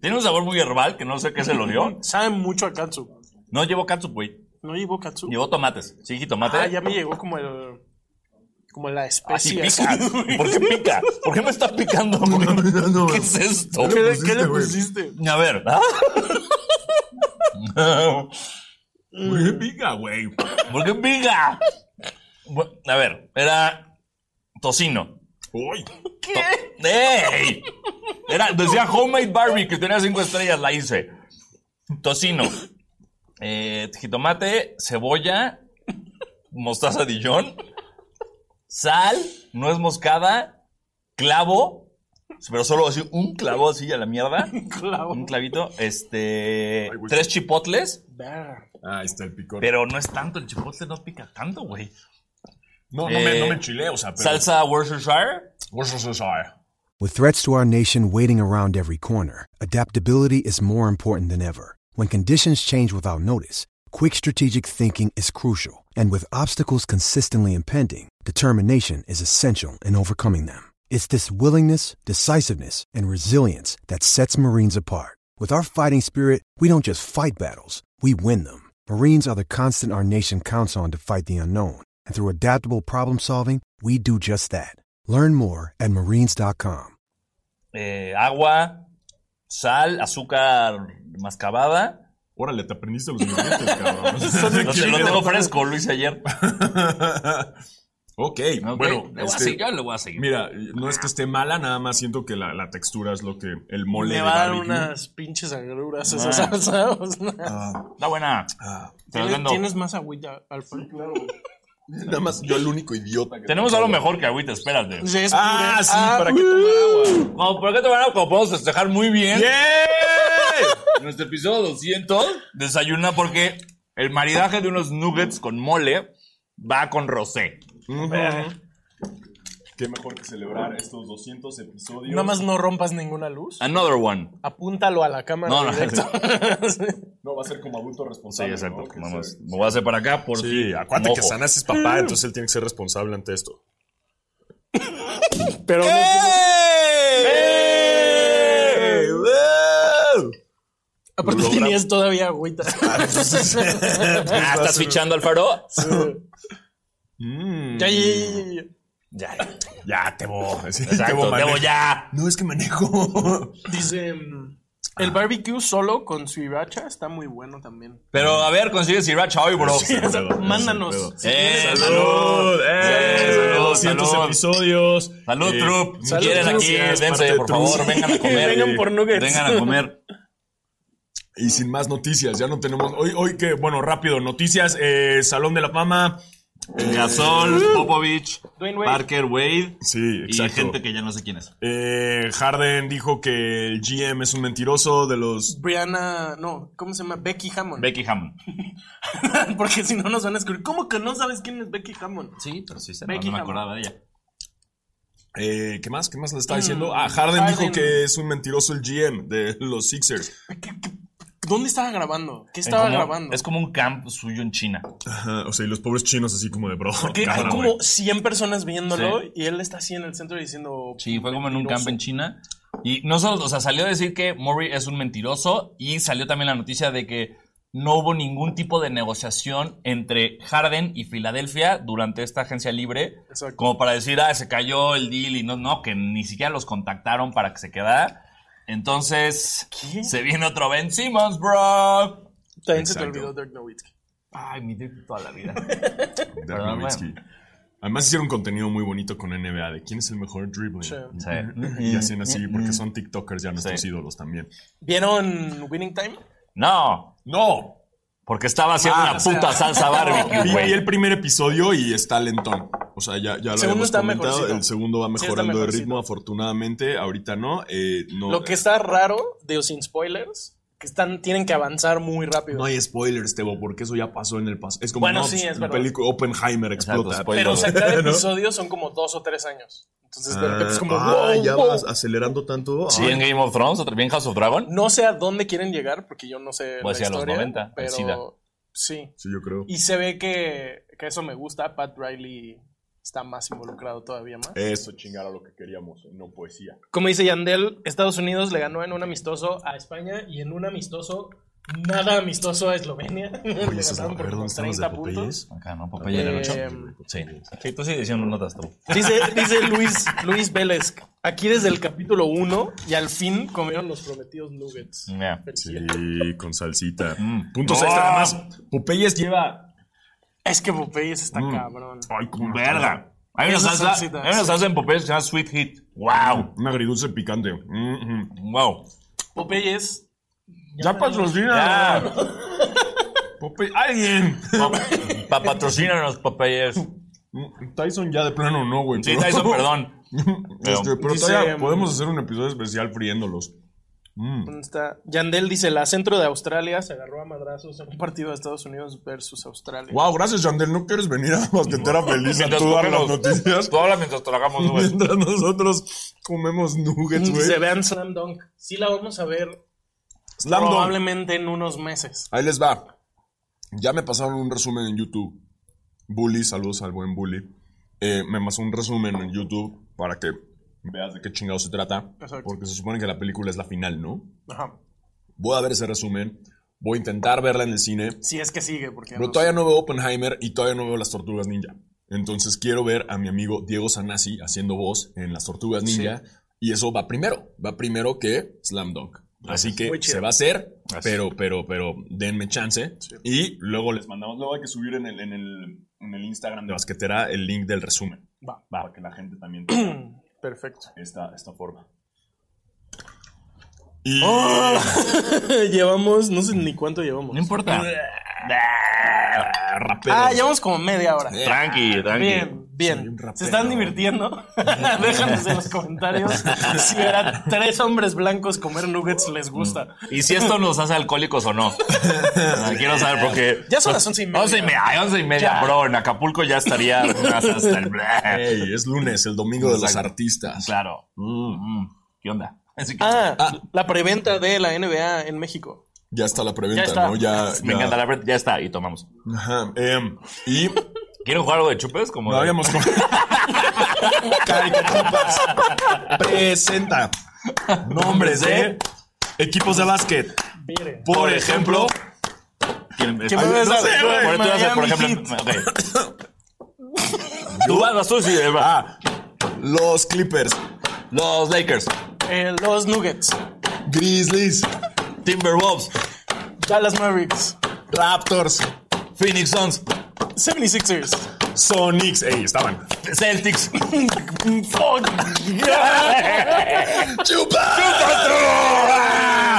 Speaker 3: Tiene un sabor muy herbal que no sé qué se lo dio.
Speaker 4: Sabe mucho a katsu.
Speaker 3: No llevó katsu, güey.
Speaker 4: ¿No llevó katsu?
Speaker 3: Llevó tomates. Sí, tomate.
Speaker 4: Ah, ya me llegó como el... Como la
Speaker 3: Así
Speaker 4: especie.
Speaker 3: Ah, pica.
Speaker 4: así, güey.
Speaker 3: ¿Por qué pica? ¿Por qué me está picando? ¿Por qué- ¿Qué es esto?
Speaker 4: ¿Qué, le- qué le
Speaker 2: güey?
Speaker 4: pusiste?
Speaker 3: A ver.
Speaker 2: ¿Por qué pica, güey?
Speaker 3: ¿Por qué pica? Bu- A ver, era tocino.
Speaker 2: Uy.
Speaker 3: ¿Qué? ¡Ey! Era, decía Homemade Barbie, que tenía cinco estrellas, la hice. Tocino. eh, jitomate, cebolla, mostaza Dijon, sal, nuez moscada, clavo, pero solo así un clavo así a la mierda.
Speaker 4: Clavo.
Speaker 3: Un clavito, este.
Speaker 2: güey,
Speaker 3: tres chipotles,
Speaker 4: Verga.
Speaker 2: Ah, ahí está el picor.
Speaker 3: pero no es tanto, el chipotle no pica tanto, güey.
Speaker 2: no, no, me,
Speaker 3: eh,
Speaker 2: no me enchilé, o sea, pero...
Speaker 3: Salsa Worcestershire.
Speaker 2: Worcestershire.
Speaker 9: With threats to our nation waiting around every corner, adaptability is more important than ever. When conditions change without notice, quick strategic thinking is crucial. And with obstacles consistently impending, determination is essential in overcoming them. It's this willingness, decisiveness, and resilience that sets Marines apart. With our fighting spirit, we don't just fight battles, we win them. Marines are the constant our nation counts on to fight the unknown. And through adaptable problem solving, we do just that. Learn more at marines.com.
Speaker 3: eh, agua, sal, azúcar mascabada.
Speaker 2: Órale, te aprendiste los ingredientes, cabrón.
Speaker 3: Lo, te- lo tengo fresco, lo hice ayer.
Speaker 2: ok,
Speaker 3: Ok,
Speaker 2: bueno.
Speaker 3: le voy a
Speaker 2: este,
Speaker 3: seguir, yo le voy a seguir.
Speaker 2: Mira, no es que esté mala, nada más siento que la, la textura es lo que... El mole
Speaker 4: Le
Speaker 2: de
Speaker 4: va a dar
Speaker 2: barbecue.
Speaker 4: unas pinches agruras esa
Speaker 3: Ah.
Speaker 4: salsa. o sea,
Speaker 2: Ah,
Speaker 3: Está buena.
Speaker 2: ah.
Speaker 3: Te las
Speaker 4: ¿tienes,
Speaker 3: vendo.
Speaker 4: tienes más agüita, Alfredo?
Speaker 2: Nada más yo el único idiota que...
Speaker 3: Tenemos algo mejor que agüita, espérate.
Speaker 4: Sí, es
Speaker 2: Ah,
Speaker 4: puré.
Speaker 2: sí,
Speaker 4: Ah,
Speaker 2: ¿para qué tomar agua?
Speaker 3: No, ¿Por qué te van a como podemos festejar muy bien?
Speaker 2: ¡Yeah!
Speaker 3: Nuestro episodio 200 desayuna porque el maridaje de unos nuggets con mole va con rosé.
Speaker 2: Qué mejor que celebrar estos 200 episodios.
Speaker 4: Nada más no rompas ninguna luz.
Speaker 3: Another one.
Speaker 4: Apúntalo a la cámara.
Speaker 3: No, no,
Speaker 4: directo.
Speaker 2: No, va a ser como adulto
Speaker 3: Ah, Sí,
Speaker 2: responsable.
Speaker 3: exacto.
Speaker 2: ¿no? Que
Speaker 3: Nada más.
Speaker 2: se-
Speaker 3: Me voy a hacer para acá por ti.
Speaker 2: Sí, acuérdate que
Speaker 3: mojo.
Speaker 2: Sanas es papá, entonces él tiene que ser responsable ante esto.
Speaker 4: Pero no
Speaker 3: ¡Ey! ¡Wow!
Speaker 4: Aparte
Speaker 2: Lo
Speaker 4: tenías todavía agüita.
Speaker 3: Ah, ¿estás fichando al faro? Mm.
Speaker 4: Ya, ya, ya, ya, ya.
Speaker 3: Ya,
Speaker 2: Ya, te voy. Sí, te
Speaker 3: exacto,
Speaker 2: voy,
Speaker 3: debo
Speaker 2: manejo.
Speaker 3: ya.
Speaker 2: No, es que manejo.
Speaker 4: Dice, mm,
Speaker 2: Ah.
Speaker 4: el barbecue solo con sriracha está muy bueno también.
Speaker 3: Pero a ver, consigue sriracha hoy, bro.
Speaker 2: Sí,
Speaker 4: o sea,
Speaker 2: pedo,
Speaker 4: mándanos.
Speaker 2: es el pedo.
Speaker 4: Sí,
Speaker 3: ¡Eh,
Speaker 4: tienes-
Speaker 3: salud! ¡Eh, salud!
Speaker 2: 200
Speaker 3: ¡Salud, salud!
Speaker 2: episodios.
Speaker 3: Salud,
Speaker 2: Eh,
Speaker 3: Trup. Si
Speaker 2: salud,
Speaker 3: quieren
Speaker 2: Trup.
Speaker 3: aquí,
Speaker 2: Sí, es parte
Speaker 3: dense,
Speaker 2: de
Speaker 3: por
Speaker 2: Trup.
Speaker 3: favor, vengan a comer.
Speaker 4: Vengan por nuggets.
Speaker 3: Vengan a comer.
Speaker 2: Y sin más noticias, ya no tenemos. Hoy, hoy que, bueno, rápido, noticias. eh, Salón de la Fama.
Speaker 3: Gasol, Popovich,
Speaker 4: Dwayne Wade.
Speaker 3: Parker, Wade
Speaker 2: Sí,
Speaker 3: y
Speaker 2: exacto.
Speaker 3: gente que ya no sé quién es.
Speaker 2: Eh, Harden dijo que el GM es un mentiroso de los.
Speaker 4: Brianna, no, ¿cómo se llama? Becky Hammond.
Speaker 3: Becky Hammond.
Speaker 4: Porque si no nos van a descubrir. ¿Cómo que no sabes quién es Becky Hammond?
Speaker 3: Sí, pero sí, se
Speaker 4: Becky
Speaker 3: no me
Speaker 4: Hammond.
Speaker 3: acordaba de ella.
Speaker 2: Eh, ¿Qué más? ¿Qué más le está diciendo?
Speaker 4: Mm,
Speaker 2: Ah, Harden,
Speaker 4: Harden.
Speaker 2: dijo que es un mentiroso el GM de los Sixers.
Speaker 4: ¿Qué- qué- ¿Dónde estaba grabando? ¿Qué estaba
Speaker 3: Es como-
Speaker 4: grabando?
Speaker 3: Es como un camp suyo en China.
Speaker 2: Ajá, o sea, y los pobres chinos así como de bro.
Speaker 4: que hay
Speaker 2: cámara,
Speaker 4: como
Speaker 2: güey.
Speaker 4: 100 personas viéndolo
Speaker 3: Ah, Sí.
Speaker 4: y él está así en el centro diciendo...
Speaker 3: Sí, fue como en un camp en China. Y no solo, o sea, salió a decir que Murray es un mentiroso y salió también la noticia de que no hubo ningún tipo de negociación entre Harden y Filadelfia durante esta agencia libre,
Speaker 4: Exacto.
Speaker 3: como para decir, ah, se cayó el deal y no, no, que ni siquiera los contactaron para que se quedara. Entonces, se viene otro Ben Simmons, bro.
Speaker 4: También se te
Speaker 2: Exacto.
Speaker 4: olvidó Dirk Nowitzki.
Speaker 3: Ay, mi Dirk de toda la vida.
Speaker 2: Dirk
Speaker 3: Perdón,
Speaker 2: Nowitzki. Además hicieron contenido muy bonito con NBA de quién es el mejor dribbling.
Speaker 4: Sí.
Speaker 3: Sí.
Speaker 2: Y hacen así porque son TikTokers ya nuestros ídolos también.
Speaker 4: ¿Vieron Winning Time?
Speaker 3: No,
Speaker 2: No,
Speaker 3: porque estaba haciendo
Speaker 2: Ah,
Speaker 3: una
Speaker 2: o sea.
Speaker 3: puta salsa barbecue,
Speaker 2: Vi, vi
Speaker 3: güey.
Speaker 2: el primer episodio y está lentón. O sea, ya, ya lo
Speaker 4: segundo
Speaker 2: habíamos
Speaker 4: está
Speaker 2: comentado.
Speaker 4: mejorcito.
Speaker 2: El segundo va
Speaker 4: Sí, está
Speaker 2: mejorando de
Speaker 4: mejorcito.
Speaker 2: ritmo, afortunadamente. Ahorita no. eh, no,
Speaker 4: Lo que está raro, digo, sin spoilers, que están, tienen que avanzar muy rápido.
Speaker 2: eh, no hay spoilers, Tebo, porque eso ya pasó en el pasado. Es como
Speaker 4: Bueno,
Speaker 2: no,
Speaker 4: sí,
Speaker 2: pues,
Speaker 4: es
Speaker 2: la
Speaker 4: verdad.
Speaker 2: película Oppenheimer explota.
Speaker 3: Exacto, spoiler.
Speaker 4: pero, o sea, cada
Speaker 2: ¿no?
Speaker 4: episodio son como dos o tres años. Entonces, de repente es como,
Speaker 1: ah,
Speaker 4: wow,
Speaker 1: ya
Speaker 4: wow.
Speaker 1: vas acelerando tanto.
Speaker 3: Sí,
Speaker 1: Ay,
Speaker 3: en Game of Thrones, otra- bien House of Dragon.
Speaker 4: No sé a dónde quieren llegar, porque yo no sé
Speaker 3: Pues sí,
Speaker 4: la
Speaker 3: a los
Speaker 4: historia,
Speaker 3: 90, al
Speaker 4: pero
Speaker 3: SIDA.
Speaker 4: sí.
Speaker 2: Sí, yo creo.
Speaker 4: Y se ve que, que eso me gusta. Pat Riley está más involucrado todavía más.
Speaker 2: Eso chingara lo que queríamos, no poesía.
Speaker 4: Como dice Yandel, Estados Unidos le ganó en un amistoso a España y en un amistoso nada amistoso a Eslovenia. le
Speaker 2: Oye, eso es- a
Speaker 4: ganaron
Speaker 2: ver, ¿dónde
Speaker 4: por como
Speaker 2: están los de
Speaker 4: 30 puntos.
Speaker 2: Popeyes?
Speaker 3: Acá, ¿no? Popeye del
Speaker 4: Eh,
Speaker 3: ocho. Sí. Sí, tú sí diciendo notas tú.
Speaker 4: Dice, dice Luis, Luis Vélez, aquí desde el capítulo 1 y al fin comieron los prometidos nuggets.
Speaker 2: Mm.
Speaker 3: Mira.
Speaker 2: Sí, con salsita.
Speaker 3: Mm.
Speaker 2: Puntos
Speaker 3: No.
Speaker 2: extra más. Popeyes lleva.
Speaker 4: Es que Popeyes está
Speaker 2: Mm.
Speaker 4: cabrón.
Speaker 2: Ay, como
Speaker 3: Verga. Hay una
Speaker 4: Esa
Speaker 3: salsa,
Speaker 4: salsita.
Speaker 3: hay una salsa en Popeye que se llama Sweet Heat. Wow.
Speaker 2: Un agridulce picante. Mm, mm.
Speaker 3: Wow.
Speaker 4: Popeyes
Speaker 2: Ya patrocina.
Speaker 3: Ya.
Speaker 2: Popeye- alguien.
Speaker 3: Pa- Pa patrocínanos, Popeyes.
Speaker 2: Mm, Tyson ya de plano no, güey.
Speaker 3: Sí,
Speaker 2: pero-
Speaker 3: Tyson, perdón.
Speaker 2: Este, pero
Speaker 4: Dice,
Speaker 2: todavía
Speaker 4: mm,
Speaker 2: podemos hacer un episodio especial friéndolos. Mm.
Speaker 4: ¿Dónde está? Yandel dice, la centro de Australia se agarró a madrazos en un partido de Estados Unidos versus Australia.
Speaker 2: Wow, gracias, Yandel. ¿No quieres venir a Basquetera Feliz a
Speaker 3: Mientras
Speaker 2: tú dar las
Speaker 3: comemos.
Speaker 2: noticias?
Speaker 3: Tú habla mientras tragamos, güey.
Speaker 2: Mientras nosotros comemos nuggets, güey.
Speaker 4: Mm, Dice, vean Slam Dunk. Sí la vamos a ver
Speaker 2: Slam dunk.
Speaker 4: probablemente en unos meses.
Speaker 2: Ahí les va. Ya me pasaron un resumen en YouTube. Bully, saludos al buen Bully. Eh, me pasó un resumen en YouTube para que veas de qué chingado se trata.
Speaker 4: Exacto.
Speaker 2: Porque se supone que la película es la final, ¿no?
Speaker 4: Ajá.
Speaker 2: Voy a ver ese resumen. Voy a intentar verla en el cine.
Speaker 4: Si es que sigue, porque...
Speaker 2: Pero
Speaker 4: no
Speaker 2: todavía no veo Oppenheimer y todavía no veo las tortugas ninja. Entonces quiero ver a mi amigo Diego Sanasi haciendo voz en las tortugas ninja. Y eso va primero. Va primero que Slam Dunk. Así que
Speaker 4: Muy chido.
Speaker 2: se va a hacer, pero, pero, pero denme chance. Y luego les mandamos, luego hay que subir en el, en el, en el Instagram de Basquetera el link del resumen.
Speaker 4: Va.
Speaker 2: Para que la gente también tenga
Speaker 4: Perfecto.
Speaker 2: esta, esta forma. Y
Speaker 4: ¡Oh! llevamos, no sé ni cuánto llevamos.
Speaker 3: No importa.
Speaker 2: Ah, raperos.
Speaker 4: Ah, llevamos como media hora.
Speaker 3: Tranqui, tranqui.
Speaker 4: Bien, bien. ¿Se están divirtiendo? Déjanos en los comentarios si ver a tres hombres blancos comer nuggets les gusta.
Speaker 3: Y si esto nos hace alcohólicos o no. Quiero saber porque.
Speaker 4: Ya son las once y media.
Speaker 3: Once y media, ay, once y media, bro. En Acapulco ya estaría hasta el.
Speaker 2: Ey, es lunes, el domingo de los artistas.
Speaker 3: Claro. Mm, mm. ¿Qué onda? Así que-
Speaker 4: Ah, la preventa de la NBA en México.
Speaker 2: Ya está la preventa,
Speaker 4: Ya está.
Speaker 2: ¿no? Ya,
Speaker 3: me
Speaker 2: ya.
Speaker 3: encanta la verdad. Ya está, y tomamos.
Speaker 2: Ajá. em, y no
Speaker 3: ¿Quieren jugar algo de chupes? Como de-
Speaker 2: habíamos com- Caricaturas. Presenta nombres de equipos de básquet.
Speaker 4: Mire.
Speaker 2: Por ejemplo,
Speaker 3: ¿Quieren-
Speaker 4: me
Speaker 3: Ay,
Speaker 4: ves
Speaker 3: no
Speaker 4: a-
Speaker 3: sé, güey. Por, tú vas a- por
Speaker 4: Miami
Speaker 3: ejemplo. ok. Tú vas, vas tú, sí, va.
Speaker 2: ah, los Clippers,
Speaker 3: Los Lakers,
Speaker 4: Eh, los Nuggets,
Speaker 2: Grizzlies,
Speaker 3: Timberwolves,
Speaker 4: Dallas Mavericks,
Speaker 2: Raptors,
Speaker 3: Phoenix Suns,
Speaker 4: 76ers.
Speaker 2: Sonics. Ey, estaban.
Speaker 3: Celtics.
Speaker 2: ¡Chupa!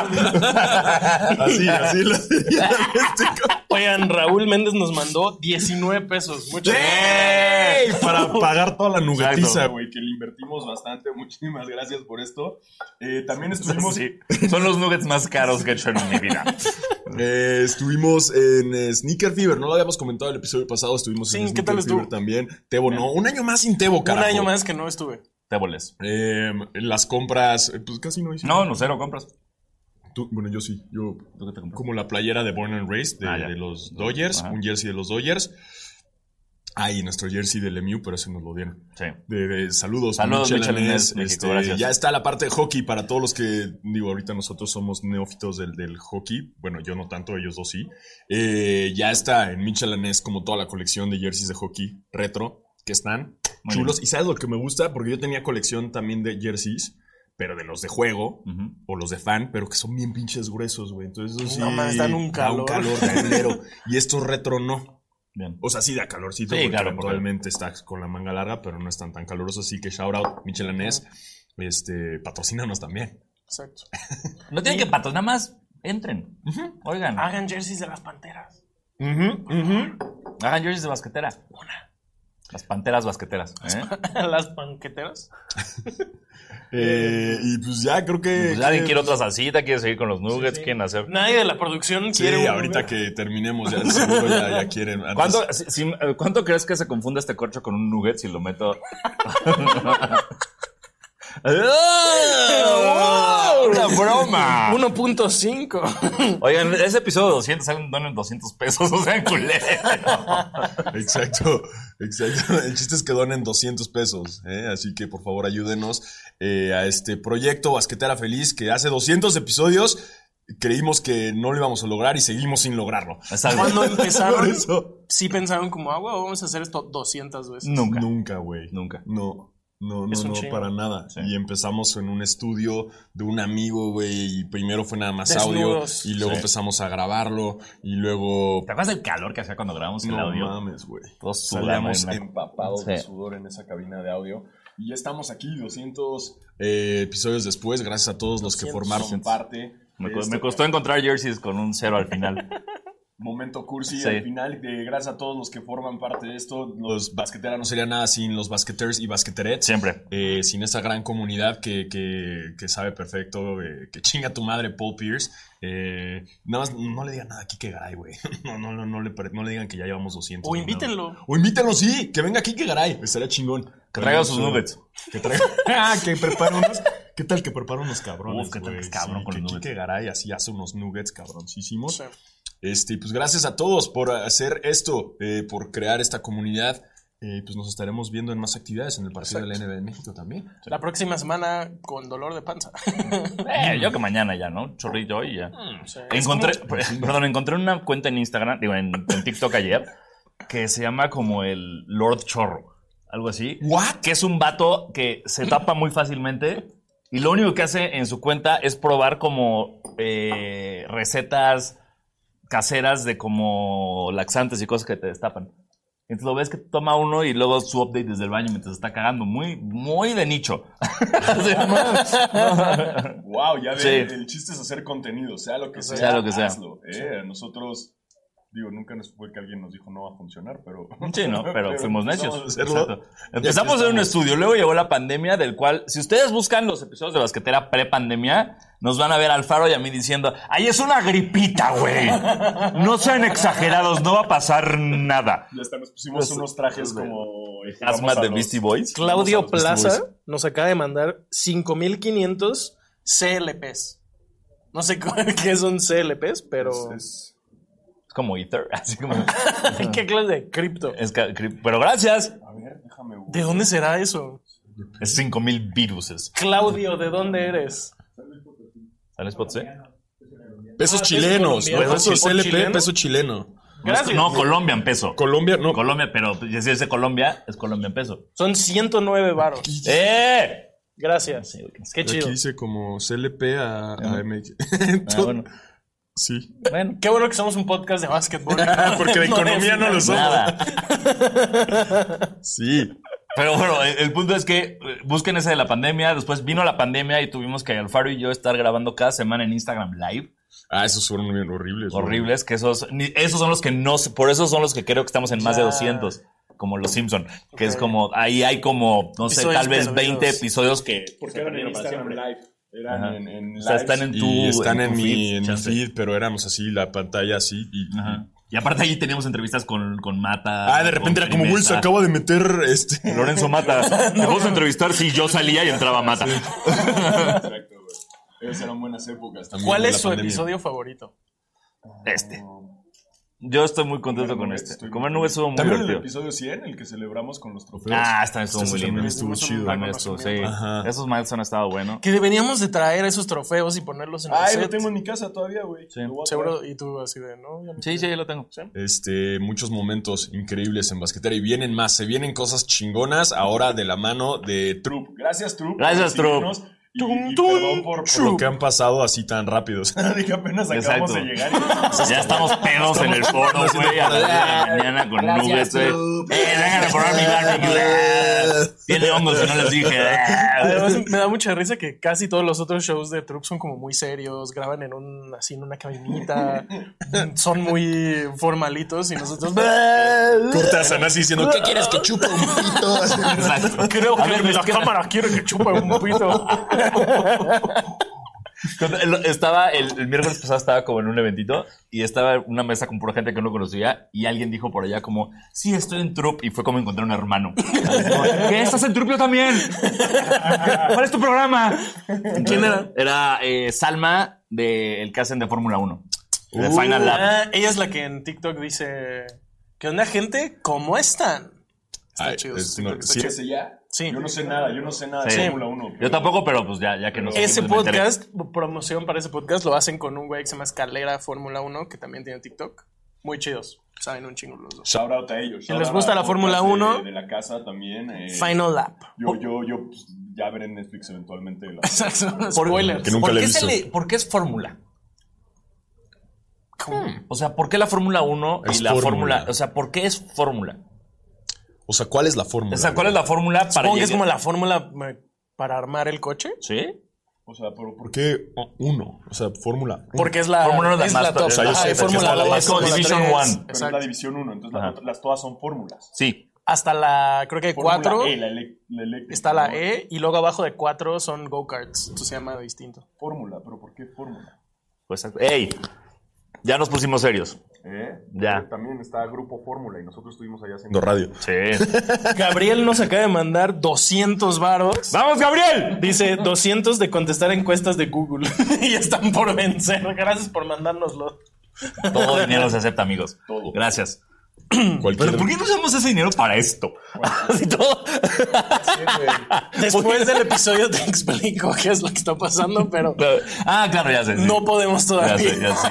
Speaker 2: así, así lo diría este México.
Speaker 4: Oigan, Raúl Méndez nos mandó 19 pesos. Muchas
Speaker 2: ¡Ey! Para pagar toda la nugatiza,
Speaker 3: Exacto.
Speaker 2: güey, que le invertimos bastante. Muchísimas gracias por esto. Eh, también estuvimos,
Speaker 3: Sí, son los nuggets más caros que he hecho en mi vida.
Speaker 2: eh, estuvimos en eh, Sneaker Fever, no lo habíamos comentado el episodio pasado. Estuvimos en
Speaker 4: Sí,
Speaker 2: Sneaker
Speaker 4: ¿qué tal
Speaker 2: Fever
Speaker 4: estuvo?
Speaker 2: también. Tebo, no, un año más sin Tebo,
Speaker 4: Un
Speaker 2: carajo.
Speaker 4: año más que no estuve.
Speaker 3: Te voles.
Speaker 2: Eh, las compras, eh, pues casi no hice.
Speaker 3: No, no cero compras.
Speaker 2: Tú- bueno, yo sí, yo
Speaker 3: ¿Tú qué te compras?
Speaker 2: como la playera de Born and Raised de,
Speaker 3: Ah, ya.
Speaker 2: de los Dodgers,
Speaker 3: Ajá.
Speaker 2: un jersey de los Dodgers. Ay, nuestro jersey de Lemieux, pero ese nos lo dieron.
Speaker 3: Sí.
Speaker 2: De, de- saludos,
Speaker 3: Saludos,
Speaker 2: Michel
Speaker 3: Michel
Speaker 2: Anés,
Speaker 3: Anés, México,
Speaker 2: este,
Speaker 3: gracias.
Speaker 2: Ya está la parte de hockey para todos los que, digo, ahorita nosotros somos neófitos del, del hockey. Bueno, yo no tanto, ellos dos sí. Eh, ya está en Michel Anés como toda la colección de jerseys de hockey retro que están
Speaker 3: Muy
Speaker 2: chulos. Y sabes lo que me gusta, porque yo tenía colección también de jerseys, pero de los de juego
Speaker 3: Ujú.
Speaker 2: o los de fan, pero que son bien pinches gruesos, güey. Entonces, eso sí,
Speaker 4: No mames, dan un
Speaker 2: da
Speaker 4: calor.
Speaker 2: cablero. y estos retro no.
Speaker 3: Bien.
Speaker 2: O sea, sí da calorcito.
Speaker 3: Sí,
Speaker 2: porque
Speaker 3: claro, porque-
Speaker 2: Eventualmente está con la manga larga, pero no están tan calurosos. Así que shout out, Michel Anés. Este, patrocínanos también.
Speaker 4: Exacto.
Speaker 3: No tienen que patos, nada más entren. Oigan,
Speaker 4: Hagan jerseys de las panteras.
Speaker 3: hagan jerseys de basquetera. Las panteras basqueteras. ¿eh?
Speaker 4: las panqueteras.
Speaker 2: Eh, y pues ya creo que.
Speaker 3: Pues alguien quiere otra salsita, quiere seguir con los nuggets, quieren hacer.
Speaker 4: Nadie de la producción
Speaker 2: Sí,
Speaker 4: quiere. un-
Speaker 2: ahorita que terminemos ya, seguro ya, ya quieren. Antes-
Speaker 3: ¿Cuánto, si- si- eh, ¿Cuánto crees que se confunda este corcho con un nugget si lo meto? ¡Ah! ¡Una broma!
Speaker 4: 1.5.
Speaker 3: Oigan, ese episodio 200 salen donen 200 pesos, o sea, culero.
Speaker 2: Exacto, exacto. El chiste es que donen 200 pesos. ¿eh? Así que por favor ayúdenos eh, a este proyecto Basquetera Feliz que hace 200 episodios creímos que no lo íbamos a lograr y seguimos sin lograrlo.
Speaker 4: Cuando
Speaker 2: Por
Speaker 4: empezaron,
Speaker 2: eso.
Speaker 4: sí pensaron como, ah, güey, vamos a hacer esto 200 veces.
Speaker 3: Nunca.
Speaker 2: Nunca, güey.
Speaker 3: Nunca.
Speaker 2: No, no, no,
Speaker 4: Es un
Speaker 2: no,
Speaker 4: chingo.
Speaker 2: para nada.
Speaker 3: Sí.
Speaker 2: Y empezamos en un estudio de un amigo, güey, y primero fue nada más
Speaker 4: Desnudos.
Speaker 2: audio, y luego
Speaker 3: Sí.
Speaker 2: empezamos a grabarlo, y luego...
Speaker 3: ¿Te acuerdas del calor que hacía cuando grabamos el
Speaker 2: No
Speaker 3: audio?
Speaker 2: mames, güey.
Speaker 3: Todos
Speaker 2: Salíamos
Speaker 3: sudando en la-
Speaker 2: empapados de
Speaker 3: Sí.
Speaker 2: sudor en esa cabina de audio. Y ya estamos aquí 200 eh, episodios después, gracias a todos los que
Speaker 4: 200.
Speaker 2: formaron parte.
Speaker 3: Me,
Speaker 2: de
Speaker 3: co-
Speaker 2: este
Speaker 3: me costó encontrar jerseys con un cero al final.
Speaker 2: Momento cursi
Speaker 3: Sí.
Speaker 2: al final, de, gracias a todos los que forman parte de esto. Los basqueteras no sería nada sin los basqueters y basqueterets.
Speaker 3: Siempre.
Speaker 2: eh, sin esa gran comunidad que, que- que sabe perfecto, eh, que chinga tu madre Paul Pierce. Eh, nada más, no le digan nada aquí que Garay, güey. No, no, no, no le, pare- no le digan que ya llevamos 200.
Speaker 4: O
Speaker 2: ni nada.
Speaker 4: invítenlo.
Speaker 2: O invítenlo, sí. Que venga aquí que Garay. Estaría chingón.
Speaker 3: Que traiga sus nuggets.
Speaker 2: Que traiga. Ah, que prepara unos. ¿Qué tal que prepara unos cabrones?
Speaker 3: Uf, qué tal que es
Speaker 2: güey?
Speaker 3: cabrón
Speaker 2: Sí,
Speaker 3: con
Speaker 2: que
Speaker 3: los
Speaker 2: Kike
Speaker 3: nuggets.
Speaker 2: Garay así hace unos nuggets cabroncísimos.
Speaker 4: Sí.
Speaker 2: Este, y pues gracias a todos por hacer esto, eh, por crear esta comunidad. Eh, pues nos estaremos viendo en más actividades en el partido de la NBA de México también.
Speaker 4: La próxima semana con dolor de panza.
Speaker 3: Eh, yo que mañana ya, ¿no? Chorrillo hoy y ya.
Speaker 4: Sí.
Speaker 3: Encontré, perdón, encontré una cuenta en Instagram, digo, en, en TikTok ayer, que se llama como el Lord Chorro, algo así.
Speaker 2: ¿What?
Speaker 3: Que es un vato que se tapa muy fácilmente y lo único que hace en su cuenta es probar como eh, recetas caseras de como laxantes y cosas que te destapan. Entonces lo ves que toma uno y luego su update desde el baño mientras está cagando. Muy, muy de nicho. Así, no mames.
Speaker 2: Wow, ya ven,
Speaker 3: Sí.
Speaker 2: el chiste es hacer contenido, sea lo que sea,
Speaker 3: Sea lo que sea.
Speaker 2: hazlo, ¿eh? A Nosotros, digo, nunca nos fue que alguien nos dijo no va a funcionar, pero...
Speaker 3: Sí, no, pero fuimos necios.
Speaker 2: empezamos a hacerlo.
Speaker 3: Exacto. Empezamos en un estudio, luego llegó la pandemia, del cual, si ustedes buscan los episodios de Basquetera pre-pandemia, nos van a ver al Faro y a mí diciendo, ¡ay, es una gripita, güey! No sean exagerados, no va a pasar nada.
Speaker 2: Y hasta nos pusimos
Speaker 3: Los-
Speaker 2: unos trajes
Speaker 3: los de-
Speaker 2: como...
Speaker 3: Asma pues, de
Speaker 2: Misty
Speaker 3: Beastie Boys.
Speaker 4: Claudio
Speaker 2: Vamos a los Beastie
Speaker 4: Plaza nos acaba de mandar 5500 CLPs. No sé cu- qué son CLPs, pero.
Speaker 3: Es como Ether, así como...
Speaker 4: ¿Qué clase de cripto?
Speaker 3: es ca- cri- pero gracias,
Speaker 2: A ver, déjame... buscar.
Speaker 4: ¿De dónde será eso?
Speaker 3: es 5000 viruses.
Speaker 4: Claudio, ¿de dónde eres?
Speaker 3: ¿Sales, Potse?
Speaker 2: Pesos
Speaker 4: Ah,
Speaker 2: chilenos,
Speaker 4: pesos
Speaker 2: no
Speaker 4: colombianos.
Speaker 2: pesos
Speaker 4: ¿O
Speaker 2: LP,
Speaker 4: chileno?
Speaker 2: peso chileno.
Speaker 4: Gracias.
Speaker 3: No, Colombian peso.
Speaker 2: Colombia, no.
Speaker 3: Colombia, pero si es de Colombia, es Colombian peso.
Speaker 4: Son 109 varos.
Speaker 3: ¡Eh!
Speaker 4: Gracias. Qué
Speaker 2: Aquí
Speaker 4: chido.
Speaker 2: dice como CLP a, a MX.
Speaker 3: Ah, bueno,
Speaker 2: Sí.
Speaker 3: bueno.
Speaker 4: Qué bueno que somos un podcast de básquetbol.
Speaker 2: Porque de
Speaker 4: No,
Speaker 2: economía no lo somos.
Speaker 3: Nada.
Speaker 2: Sí.
Speaker 3: Pero bueno, el, el punto es que eh, busquen ese de la pandemia. Después vino la pandemia y tuvimos que Alfaro y yo estar grabando cada semana en Instagram Live.
Speaker 2: Ah, esos fueron bien horribles. güey.
Speaker 3: Horribles, que esos, ni- esos son los que no, se- por eso son los que creo que estamos en más de
Speaker 4: Ya.
Speaker 3: 200, como los Simpson, que es
Speaker 4: Ok.
Speaker 3: como, ahí hay como, no sé,
Speaker 4: Episodios
Speaker 3: tal vez
Speaker 4: perdidos.
Speaker 3: 20 episodios que...
Speaker 2: Porque eran en Instagram Live. Eran
Speaker 3: Ajá.
Speaker 2: en, en
Speaker 3: O sea, están en
Speaker 2: lives
Speaker 3: tu-
Speaker 2: y están
Speaker 3: en
Speaker 2: en,
Speaker 3: tu
Speaker 2: mi,
Speaker 3: feed,
Speaker 2: en mi
Speaker 3: chance.
Speaker 2: feed, pero éramos así, la pantalla así. Y,
Speaker 3: Ajá. Y aparte ahí teníamos entrevistas con, con Mata.
Speaker 2: Ah, de repente
Speaker 3: con
Speaker 2: era como, güey, se
Speaker 3: Trimesa.
Speaker 2: acaba de meter este.
Speaker 3: Lorenzo Mata, me vas a entrevistar si yo salía y entraba Mata.
Speaker 2: Exacto, güey. Esas eran buenas épocas también.
Speaker 4: ¿Cuál
Speaker 2: de
Speaker 4: es
Speaker 2: la
Speaker 4: su
Speaker 2: pandemia.
Speaker 4: episodio favorito?
Speaker 3: Este. Yo estoy muy contento con este. Comer nubes estuvo muy
Speaker 2: También el
Speaker 3: divertido.
Speaker 2: episodio 100, el que celebramos con los trofeos.
Speaker 3: Ah, esta estuvo
Speaker 2: Este
Speaker 3: muy
Speaker 2: también
Speaker 3: lindo.
Speaker 2: estuvo chido.
Speaker 3: También estuvo, sí.
Speaker 2: Ajá.
Speaker 3: Esos miles han estado buenos.
Speaker 4: Que deberíamos de traer esos trofeos y ponerlos en el
Speaker 2: Ay,
Speaker 4: set.
Speaker 2: lo tengo en mi casa todavía, güey.
Speaker 3: Sí.
Speaker 2: Lo voy a
Speaker 4: Seguro, y tú así de, no, ya no
Speaker 3: Sí, sí, ya lo tengo.
Speaker 2: este, muchos momentos increíbles en basquetera y vienen más, se vienen cosas chingonas ahora de la mano de Troop. Gracias, Troop. por
Speaker 3: Gracias,
Speaker 2: recibirnos. Y, y perdón
Speaker 4: Tum, tum,
Speaker 2: por, por
Speaker 4: Troop.
Speaker 2: lo que han pasado así tan rápidos. Dije, apenas acabamos
Speaker 3: Exacto.
Speaker 2: de llegar. y-
Speaker 3: Ya estamos pedos en el foro, güey. A las diez de la mañana con nubes, güey. Eh, vengan a probar mi barbecue. eh. Tiene hongos, si no les dije. eh.
Speaker 4: Además, me da mucha risa que casi todos los otros shows de Troop son como muy serios, graban en un, así en una cabinita, son muy formalitos y nosotros...
Speaker 2: Corta a Sanasi diciendo, ¿qué quieres que chupe un pito?
Speaker 3: Exacto.
Speaker 4: Creo
Speaker 3: A
Speaker 4: que
Speaker 3: ver,
Speaker 4: la
Speaker 3: ¿qué-
Speaker 4: cámara quiere que chupa un pito.
Speaker 3: Cuando el- Estaba el, el miércoles pasado estaba como en un eventito y estaba en una mesa con pura gente que no conocía y alguien dijo por allá como, sí, estoy en Troop y fue como encontrar un hermano. Así como, ¿Qué? ¿Estás en Troop yo también? ¿Cuál es tu programa? ¿Quién era? Era eh, Salma de el que hacen de Fórmula 1. De Final Lap.
Speaker 4: Ah, ella es la que en TikTok dice, ¿qué onda gente? ¿Cómo están? Está
Speaker 2: Ay,
Speaker 4: chido.
Speaker 2: es-
Speaker 4: sí,
Speaker 2: no,
Speaker 4: está
Speaker 2: sí,
Speaker 4: chido.
Speaker 2: ese ya.
Speaker 4: Sí.
Speaker 2: Yo no sé nada, yo no sé nada de
Speaker 3: Sí.
Speaker 2: Fórmula 1.
Speaker 3: Yo tampoco, pero pues ya, ya que no
Speaker 4: Ese podcast, promoción para ese podcast, lo hacen con un güey que se llama Escalera Fórmula 1, que también tiene TikTok. Muy chidos. Saben un chingo los dos.
Speaker 2: Shout out a ellos.
Speaker 4: Si
Speaker 2: Shout
Speaker 4: les
Speaker 2: out
Speaker 4: gusta
Speaker 2: a
Speaker 4: la Fórmula
Speaker 2: podcast de-
Speaker 4: 1.
Speaker 2: De, la casa también. eh,
Speaker 4: Final Lap.
Speaker 2: Yo, yo, yo, pues, ya veré en Netflix eventualmente. la-
Speaker 4: Spoilers.
Speaker 2: que nunca
Speaker 3: ¿Por
Speaker 2: la he
Speaker 3: qué, se
Speaker 2: visto.
Speaker 3: le- ¿Por qué es Fórmula? Hmm. O sea, ¿por qué la Fórmula 1 y
Speaker 2: Es
Speaker 3: la
Speaker 2: fórmula.
Speaker 3: Fórmula? O sea, ¿por qué es Fórmula?
Speaker 2: O sea, ¿cuál es la fórmula?
Speaker 3: O sea, ¿cuál es la fórmula para
Speaker 4: Supongo que es
Speaker 3: llegar-
Speaker 4: como la fórmula eh, para armar el coche.
Speaker 3: ¿Sí?
Speaker 2: O sea, pero ¿por qué uno? O sea, Fórmula.
Speaker 4: Porque es la
Speaker 3: Fórmula uno de
Speaker 4: Ah, es la
Speaker 3: Master.
Speaker 4: top.
Speaker 3: O sea, yo
Speaker 4: Ajá,
Speaker 2: sé,
Speaker 4: hay
Speaker 2: porque
Speaker 4: Fórmula
Speaker 2: está la-
Speaker 4: dos,
Speaker 2: es como
Speaker 4: Fórmula
Speaker 3: Division
Speaker 4: tres.
Speaker 3: One.
Speaker 2: Pero es la
Speaker 4: Exacto.
Speaker 2: división 1, entonces
Speaker 3: Ajá.
Speaker 2: las, otras- las todas son fórmulas.
Speaker 3: Sí.
Speaker 4: Hasta la, creo que hay
Speaker 2: Fórmula
Speaker 4: cuatro.
Speaker 2: E, la ele- la eléctrica,
Speaker 4: Está la
Speaker 2: ¿no?
Speaker 4: E y luego abajo de cuatro son go-karts. Entonces se llama distinto.
Speaker 2: Fórmula, pero ¿por qué fórmula?
Speaker 3: Pues, ¡Ey! Ya nos pusimos serios.
Speaker 2: ¿Eh?
Speaker 3: Ya.
Speaker 2: También está Grupo Fórmula y nosotros estuvimos allá haciendo radio.
Speaker 3: Sí.
Speaker 4: Gabriel nos acaba de mandar 200 varos.
Speaker 3: ¡Vamos, Gabriel!
Speaker 4: Dice 200 de contestar encuestas de Google y están por vencer. Gracias por mandárnoslo.
Speaker 3: Todo dinero se acepta, amigos. Gracias.
Speaker 2: Cualquier...
Speaker 3: Pero ¿por qué no usamos ese dinero para esto? Así todo.
Speaker 4: Después del episodio te explico qué es lo que está pasando, pero
Speaker 3: Ah, claro, ya sé. sí.
Speaker 4: no podemos
Speaker 3: Ya
Speaker 4: todavía.
Speaker 3: sé, ya sé.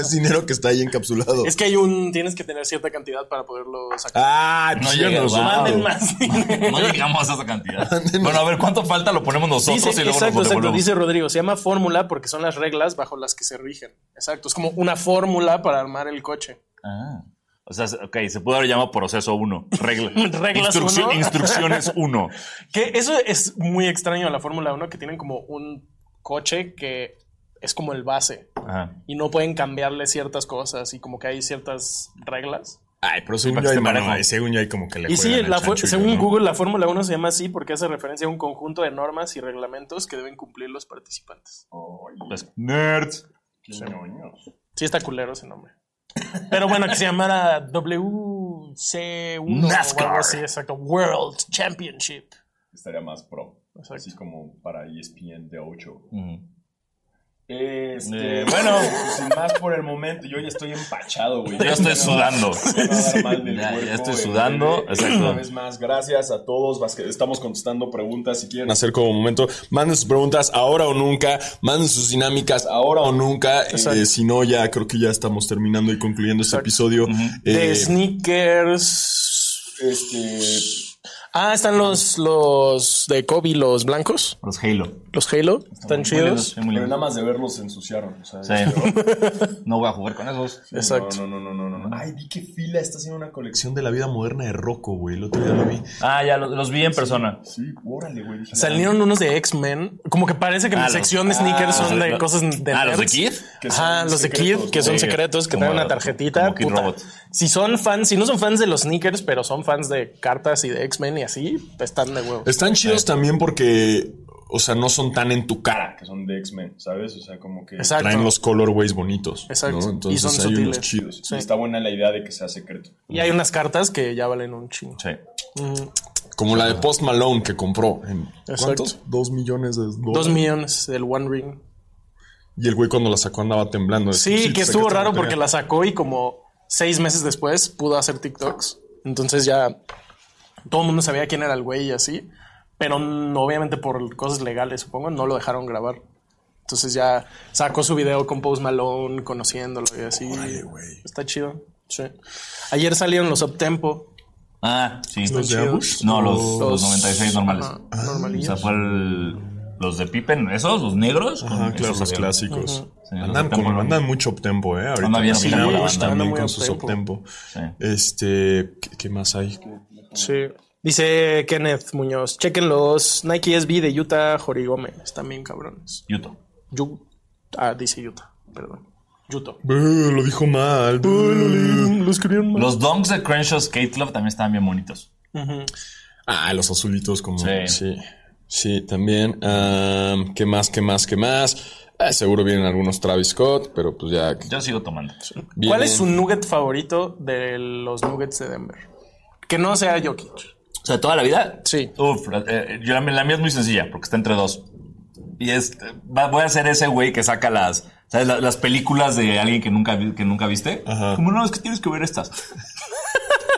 Speaker 10: Es dinero que está ahí encapsulado.
Speaker 4: Es que hay un. Tienes que tener cierta cantidad para poderlo sacar.
Speaker 10: Ah,
Speaker 2: pues
Speaker 3: No
Speaker 10: chinga,
Speaker 3: llega,
Speaker 10: nos
Speaker 3: wow.
Speaker 10: vamos.
Speaker 4: Manden más.
Speaker 3: No llegamos a esa cantidad. Bueno, a ver, ¿cuánto falta? Lo ponemos nosotros
Speaker 4: Dice,
Speaker 3: y luego
Speaker 4: exacto,
Speaker 3: nos lo
Speaker 4: exacto.
Speaker 3: devolvemos.
Speaker 4: Dice Rodrigo, se llama fórmula porque son las reglas bajo las que se rigen. Exacto, es como una fórmula para armar el coche.
Speaker 3: Ah. O sea, ok, se puede haber llamado proceso 1. Regla.
Speaker 4: Reglas
Speaker 3: Instruccio-
Speaker 4: uno.
Speaker 3: Instrucciones 1.
Speaker 4: Que eso es muy extraño de la Fórmula 1, que tienen como un coche que es como el base
Speaker 3: Ajá.
Speaker 4: y no pueden cambiarle ciertas cosas y como que hay ciertas reglas.
Speaker 2: Ay, pero según
Speaker 3: Para que
Speaker 2: yo, hay
Speaker 3: esté parejo.
Speaker 2: manera, según yo hay como que le
Speaker 4: Y sí,
Speaker 2: juegan al
Speaker 4: la fu-
Speaker 2: chanchullo,
Speaker 4: según
Speaker 2: ¿no?
Speaker 4: Google, la Fórmula 1 se llama así porque hace referencia a un conjunto de normas y reglamentos que deben cumplir los participantes.
Speaker 3: Pues, nerds.
Speaker 4: Sí, está culero ese nombre. Pero bueno, que se llamara WC1 o
Speaker 3: NASCAR.
Speaker 4: algo así, exacto. World Championship.
Speaker 2: Estaría más pro.
Speaker 4: Exacto.
Speaker 2: Así como para ESPN de 8.
Speaker 3: Mm.
Speaker 2: Este,
Speaker 3: Eh,
Speaker 2: bueno, pues, sin más por el momento, yo ya estoy empachado, güey.
Speaker 3: Yo estoy sudando. Ya,
Speaker 2: Ya,
Speaker 3: ya estoy sudando, exacto.
Speaker 2: Una vez más, gracias a todos. Vasque- Estamos contestando preguntas. Si quieren hacer como momento, manden sus preguntas ahora o nunca. Manden sus dinámicas ahora o nunca. Eh, si no, ya creo que ya estamos terminando y concluyendo este episodio.
Speaker 4: De
Speaker 2: Eh,
Speaker 4: sneakers.
Speaker 2: este,
Speaker 4: Ah, están los, los de Kobe, los blancos,
Speaker 3: Los Halo.
Speaker 4: los Halo. Están chidos.
Speaker 3: Muy
Speaker 2: pero
Speaker 3: lindo.
Speaker 2: nada más de verlos se ensuciaron. o sea,
Speaker 3: Sí. No voy a jugar con esos.
Speaker 4: Exacto.
Speaker 2: No, no, no, no, no, no. Ay, vi que Fila está haciendo una colección de la vida moderna de Rocco, güey. El otro día lo vi.
Speaker 3: Ah, ya lo- los, vi en persona.
Speaker 2: Sí, órale, güey. Dije,
Speaker 4: Salieron unos de X-Men. Como que parece que
Speaker 3: Ah,
Speaker 4: mi
Speaker 3: los-
Speaker 4: sección de sneakers
Speaker 3: ah,
Speaker 4: son de
Speaker 3: los-
Speaker 4: cosas de.
Speaker 3: ah, los de
Speaker 4: nerds.
Speaker 3: Kid.
Speaker 2: Que son
Speaker 4: Ajá, los de Kid,
Speaker 2: secretos,
Speaker 4: que
Speaker 2: ¿no?
Speaker 4: son
Speaker 3: Sí,
Speaker 4: secretos, que
Speaker 3: como-
Speaker 4: traen una tarjetita.
Speaker 3: como Kid
Speaker 4: puta.
Speaker 3: Robot.
Speaker 4: Si son fans, si no son fans de los sneakers, pero son fans de cartas y de X-Men y así, están de huevo.
Speaker 2: Están chidos también porque, o sea, no son tan en tu cara, "Ah, que son de X-Men, ¿sabes? O sea, como que
Speaker 4: Exacto.
Speaker 2: traen los colorways bonitos.
Speaker 4: Exacto.
Speaker 2: ¿no?
Speaker 4: Y
Speaker 2: Entonces
Speaker 4: son
Speaker 2: hay
Speaker 4: sutiles.
Speaker 2: unos chidos.
Speaker 4: Sí.
Speaker 2: Y está buena la idea de que sea secreto.
Speaker 4: Y hay unas cartas que ya valen un chingo.
Speaker 3: Sí.
Speaker 2: Como la de Post Malone que compró en
Speaker 4: Exacto.
Speaker 2: ¿cuántos? Dos millones de dólares.
Speaker 4: Dos millones del One Ring.
Speaker 2: Y el güey cuando la sacó andaba temblando.
Speaker 10: Pues
Speaker 4: Sí, que estuvo raro porque
Speaker 2: la
Speaker 4: la sacó y como seis meses después pudo hacer TikToks. Entonces ya todo el mundo sabía quién era el güey y así. Pero mm, obviamente por cosas legales, supongo, no lo dejaron grabar. Entonces ya sacó su video con Post Malone, conociéndolo y así. Está chido. Sí. Ayer salieron los Uptempo.
Speaker 3: Ah, sí.
Speaker 4: Están chidos. Ah,
Speaker 3: No, los, los 96 normales.
Speaker 4: Ajá,
Speaker 3: O
Speaker 4: normalillos.
Speaker 3: sea, fue el- los de Pippen, esos, los negros.
Speaker 10: Ajá,
Speaker 3: Con-
Speaker 10: claro,
Speaker 3: esos
Speaker 10: los
Speaker 3: habían.
Speaker 10: clásicos.
Speaker 3: Sí, los
Speaker 10: andan,
Speaker 3: de
Speaker 10: con-
Speaker 3: tempo,
Speaker 10: andan mucho uptempo, ¿eh? Ahorita
Speaker 3: Anda bien
Speaker 10: sí,
Speaker 3: afinada la
Speaker 10: Bush
Speaker 3: banda.
Speaker 10: también
Speaker 4: Anda
Speaker 10: con
Speaker 4: muy
Speaker 10: sus
Speaker 4: uptempo.
Speaker 10: uptempo.
Speaker 3: Sí.
Speaker 10: Este, ¿qué, qué más hay?
Speaker 4: Sí. Dice Kenneth Muñoz, chequen los Nike SB de Utah Jorigome. Están bien cabrones.
Speaker 3: Yuto.
Speaker 4: Yu- ah, dice Utah, perdón. Yuto.
Speaker 10: Buh, lo dijo mal.
Speaker 4: Los querían
Speaker 3: Los donks de Crenshaw Skate Club también estaban bien bonitos.
Speaker 10: Ah, los azulitos como...
Speaker 3: Sí.
Speaker 10: Sí. Sí, también. Am, ¿Qué más, qué más, qué más? Eh, seguro vienen algunos Travis Scott, pero pues ya...
Speaker 3: Yo sigo tomando.
Speaker 4: ¿Cuál
Speaker 10: vienen-
Speaker 4: es su nugget favorito de los nuggets de Denver? Que no sea Jokic.
Speaker 3: O sea, toda la vida.
Speaker 4: Sí.
Speaker 3: Uf, eh, yo, la, mía- la mía es muy sencilla porque está entre dos. Y es, va- voy a ser ese güey que saca las, ¿sabes? La- las películas de alguien que nunca, vi- que nunca viste. Como no, es que tienes que ver estas.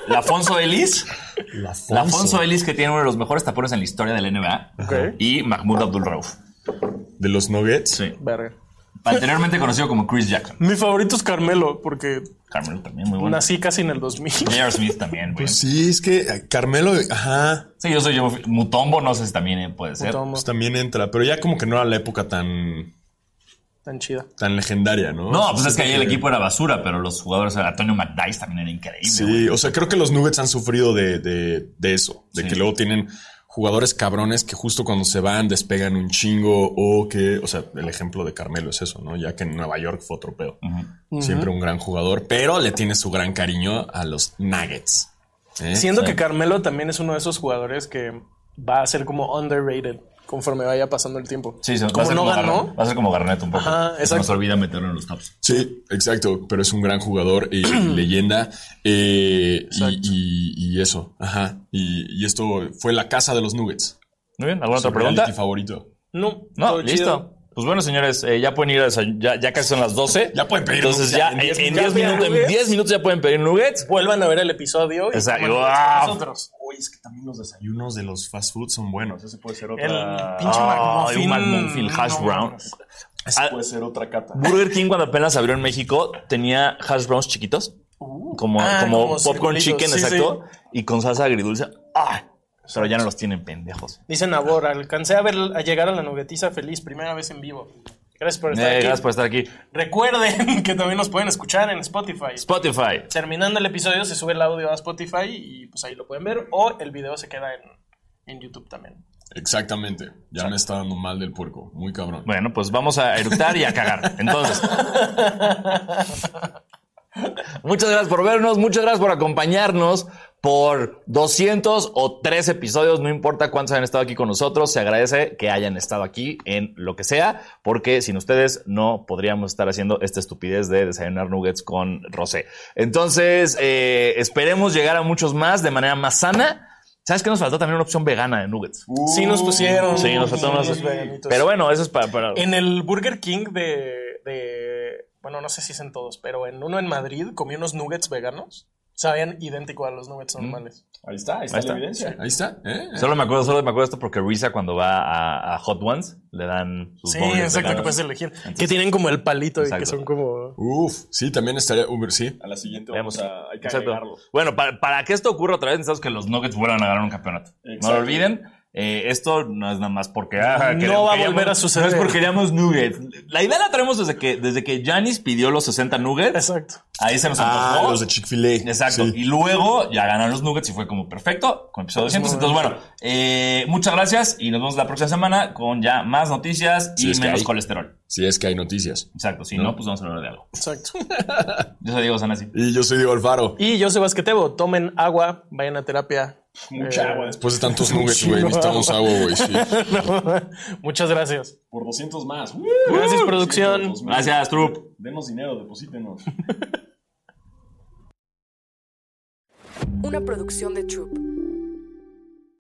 Speaker 3: La Afonso Ellis. La Afonso Ellis que tiene uno de los mejores tapones en la historia del NBA.
Speaker 4: Ok.
Speaker 3: Y Mahmoud Abdul Rauf.
Speaker 10: ¿De los Nuggets?
Speaker 3: Sí.
Speaker 4: Verga.
Speaker 3: Anteriormente conocido como Chris Jackson.
Speaker 4: Mi favorito es Carmelo, porque
Speaker 3: Carmelo también, muy bueno.
Speaker 4: nací casi en el 2000.
Speaker 3: J.R. Smith también, güey.
Speaker 10: Sí, es que eh, Carmelo, ajá,
Speaker 3: Sí, yo soy yo. Mutombo, no sé si también eh, puede ser.
Speaker 4: Tomo,
Speaker 10: pues también entra, pero ya como que no era la época tan,
Speaker 4: tan chida.
Speaker 10: tan legendaria, ¿no?
Speaker 3: No, pues es que ahí el equipo era basura, pero los jugadores, Antonio McDice también era increíble. güey.
Speaker 10: Sí, o sea, creo que los Nuggets han sufrido de, de- de eso, de
Speaker 3: Sí.
Speaker 10: que luego tienen jugadores cabrones que justo cuando se van despegan un chingo o que, o sea, el ejemplo de Carmelo es eso, ¿no? Ya que en Nueva York fue otro pedo. Siempre un gran jugador, pero le tiene su gran cariño a los Nuggets. ¿eh?
Speaker 4: Siento que Carmelo también es uno de esos jugadores que va a ser como underrated conforme vaya pasando el tiempo.
Speaker 3: Sí, se- va, a
Speaker 4: como
Speaker 3: ser
Speaker 4: no
Speaker 3: como Garnet-
Speaker 4: ganó.
Speaker 3: va a ser como Garnet un poco.
Speaker 4: Ajá,
Speaker 3: Se
Speaker 4: exacto.
Speaker 3: Nos olvida meterlo en los tops.
Speaker 10: Sí, exacto, pero es un gran jugador y leyenda. eh, y, y- y eso, ajá. Y, y esto fue la casa de los Nuggets.
Speaker 3: Muy bien, ¿alguna
Speaker 10: Su
Speaker 3: otra pregunta?
Speaker 10: reality favorito.
Speaker 4: No,
Speaker 3: No,
Speaker 4: todo
Speaker 3: listo.
Speaker 4: chido.
Speaker 3: Pues bueno, señores, eh, ya pueden ir a desay- ya, ya casi son las 12.
Speaker 10: Ya pueden pedir
Speaker 3: Entonces
Speaker 10: nuggets,
Speaker 3: ya
Speaker 10: ya
Speaker 3: en
Speaker 10: en
Speaker 3: 10
Speaker 10: diez
Speaker 4: minutos.
Speaker 3: minutos, en
Speaker 4: Nuggets.
Speaker 3: 10 minutos ya pueden pedir nuggets.
Speaker 4: Vuelvan a ver el episodio y
Speaker 3: Exacto.
Speaker 4: coman nuggets
Speaker 3: Ah.
Speaker 4: con nosotros.
Speaker 10: Oye, es que también los desayunos de los fast food son buenos. Ese puede ser
Speaker 4: El pinche
Speaker 3: Ay, un
Speaker 4: McMuffin.
Speaker 3: McMuffin hash
Speaker 4: no,
Speaker 3: brown. Ah,
Speaker 10: puede ser otra cata.
Speaker 3: Burger King cuando apenas abrió en México tenía hash browns chiquitos, como,
Speaker 4: Ah,
Speaker 3: como,
Speaker 4: como
Speaker 3: popcorn
Speaker 4: circulitos,
Speaker 3: chicken,
Speaker 4: sí,
Speaker 3: exacto, y con salsa agridulce. ¡Ah! Pero ya no los tienen pendejos.
Speaker 4: Dice Nabor, alcancé a ver a llegar a la nuggetiza feliz, primera vez en vivo. Gracias por estar
Speaker 3: Eh,
Speaker 4: aquí.
Speaker 3: gracias por estar aquí.
Speaker 4: Recuerden que también nos pueden escuchar en Spotify.
Speaker 3: Spotify.
Speaker 4: Terminando el episodio se sube el audio a Spotify y pues ahí lo pueden ver o el video se queda en, en YouTube también.
Speaker 10: Exactamente. Ya me está dando mal del puerco. Muy cabrón.
Speaker 3: Bueno, pues vamos a eructar y a cagar. Entonces. muchas gracias por vernos, muchas gracias por acompañarnos por 200 o 3 episodios, no importa cuántos han estado aquí con nosotros, se agradece que hayan estado aquí en lo que sea, porque sin ustedes no podríamos estar haciendo esta estupidez de desayunar nuggets con Rosé. Entonces, eh, esperemos llegar a muchos más de manera más sana. ¿Sabes qué nos faltó también una opción vegana de nuggets?
Speaker 4: sí nos pusieron.
Speaker 3: Sí, nos faltó más.
Speaker 4: unos veganitos.
Speaker 3: Pero bueno, eso es para. para-
Speaker 4: En el Burger King de, de- Bueno, no sé si es en todos, pero en uno en Madrid comí unos nuggets veganos. Sabían idéntico a los
Speaker 3: Mm,
Speaker 4: nuggets normales.
Speaker 10: Ahí está, ahí
Speaker 3: está la
Speaker 10: evidencia. Ahí está, ¿eh?
Speaker 3: Solo me acuerdo, solo me acuerdo esto porque Risa cuando va a, a Hot Ones le dan sus
Speaker 4: Sí,
Speaker 3: bowls de
Speaker 4: exacto, que
Speaker 3: carne.
Speaker 4: puedes elegir. que tienen como el palito y
Speaker 3: Exacto.
Speaker 4: que son como...
Speaker 10: Uf, sí, también estaría Uber, sí.
Speaker 1: A la siguiente
Speaker 3: Veamos.
Speaker 1: vamos a. Hay que
Speaker 3: Exacto.
Speaker 1: agregarlo.
Speaker 3: Bueno, para, para que esto ocurra otra vez necesitamos que los Nuggets vuelvan a ganar un campeonato. No lo olviden. Eh, esto no es nada más porque ah, queremos-
Speaker 4: No va a
Speaker 3: queríamos-
Speaker 4: volver a suceder.
Speaker 3: No es porque queríamos Nuggets. La idea la traemos desde que desde que Giannis pidió los 60 Nuggets.
Speaker 4: Exacto.
Speaker 3: Ahí se nos
Speaker 10: Ah,
Speaker 3: antojó.
Speaker 10: los de Chick-fil-A.
Speaker 3: Exacto.
Speaker 10: Sí.
Speaker 3: Y luego ya ganaron los Nuggets y fue como perfecto con episodio 200. Entonces, bueno, eh, muchas gracias y nos vemos la próxima semana con ya más noticias
Speaker 10: Si
Speaker 3: y
Speaker 10: es que
Speaker 3: menos
Speaker 10: hay.
Speaker 3: colesterol.
Speaker 10: Si es que hay noticias.
Speaker 3: Exacto. Si no,
Speaker 10: ¿No?
Speaker 3: pues vamos a hablar de algo.
Speaker 4: Exacto.
Speaker 3: Yo soy Diego Sanasi.
Speaker 10: Y yo soy Diego Alfaro.
Speaker 4: Y yo soy Basquetebo. Tomen agua, vayan a terapia.
Speaker 1: Mucha
Speaker 4: Eh,
Speaker 1: agua.
Speaker 10: Después pues de tantos nuggets, güey, necesitamos agua, güey. Sí.
Speaker 4: no, muchas gracias.
Speaker 1: Por 200 más.
Speaker 4: Gracias, producción.
Speaker 3: Gracias, Trup.
Speaker 1: Denos dinero, deposítenos.
Speaker 11: Una producción de Troop.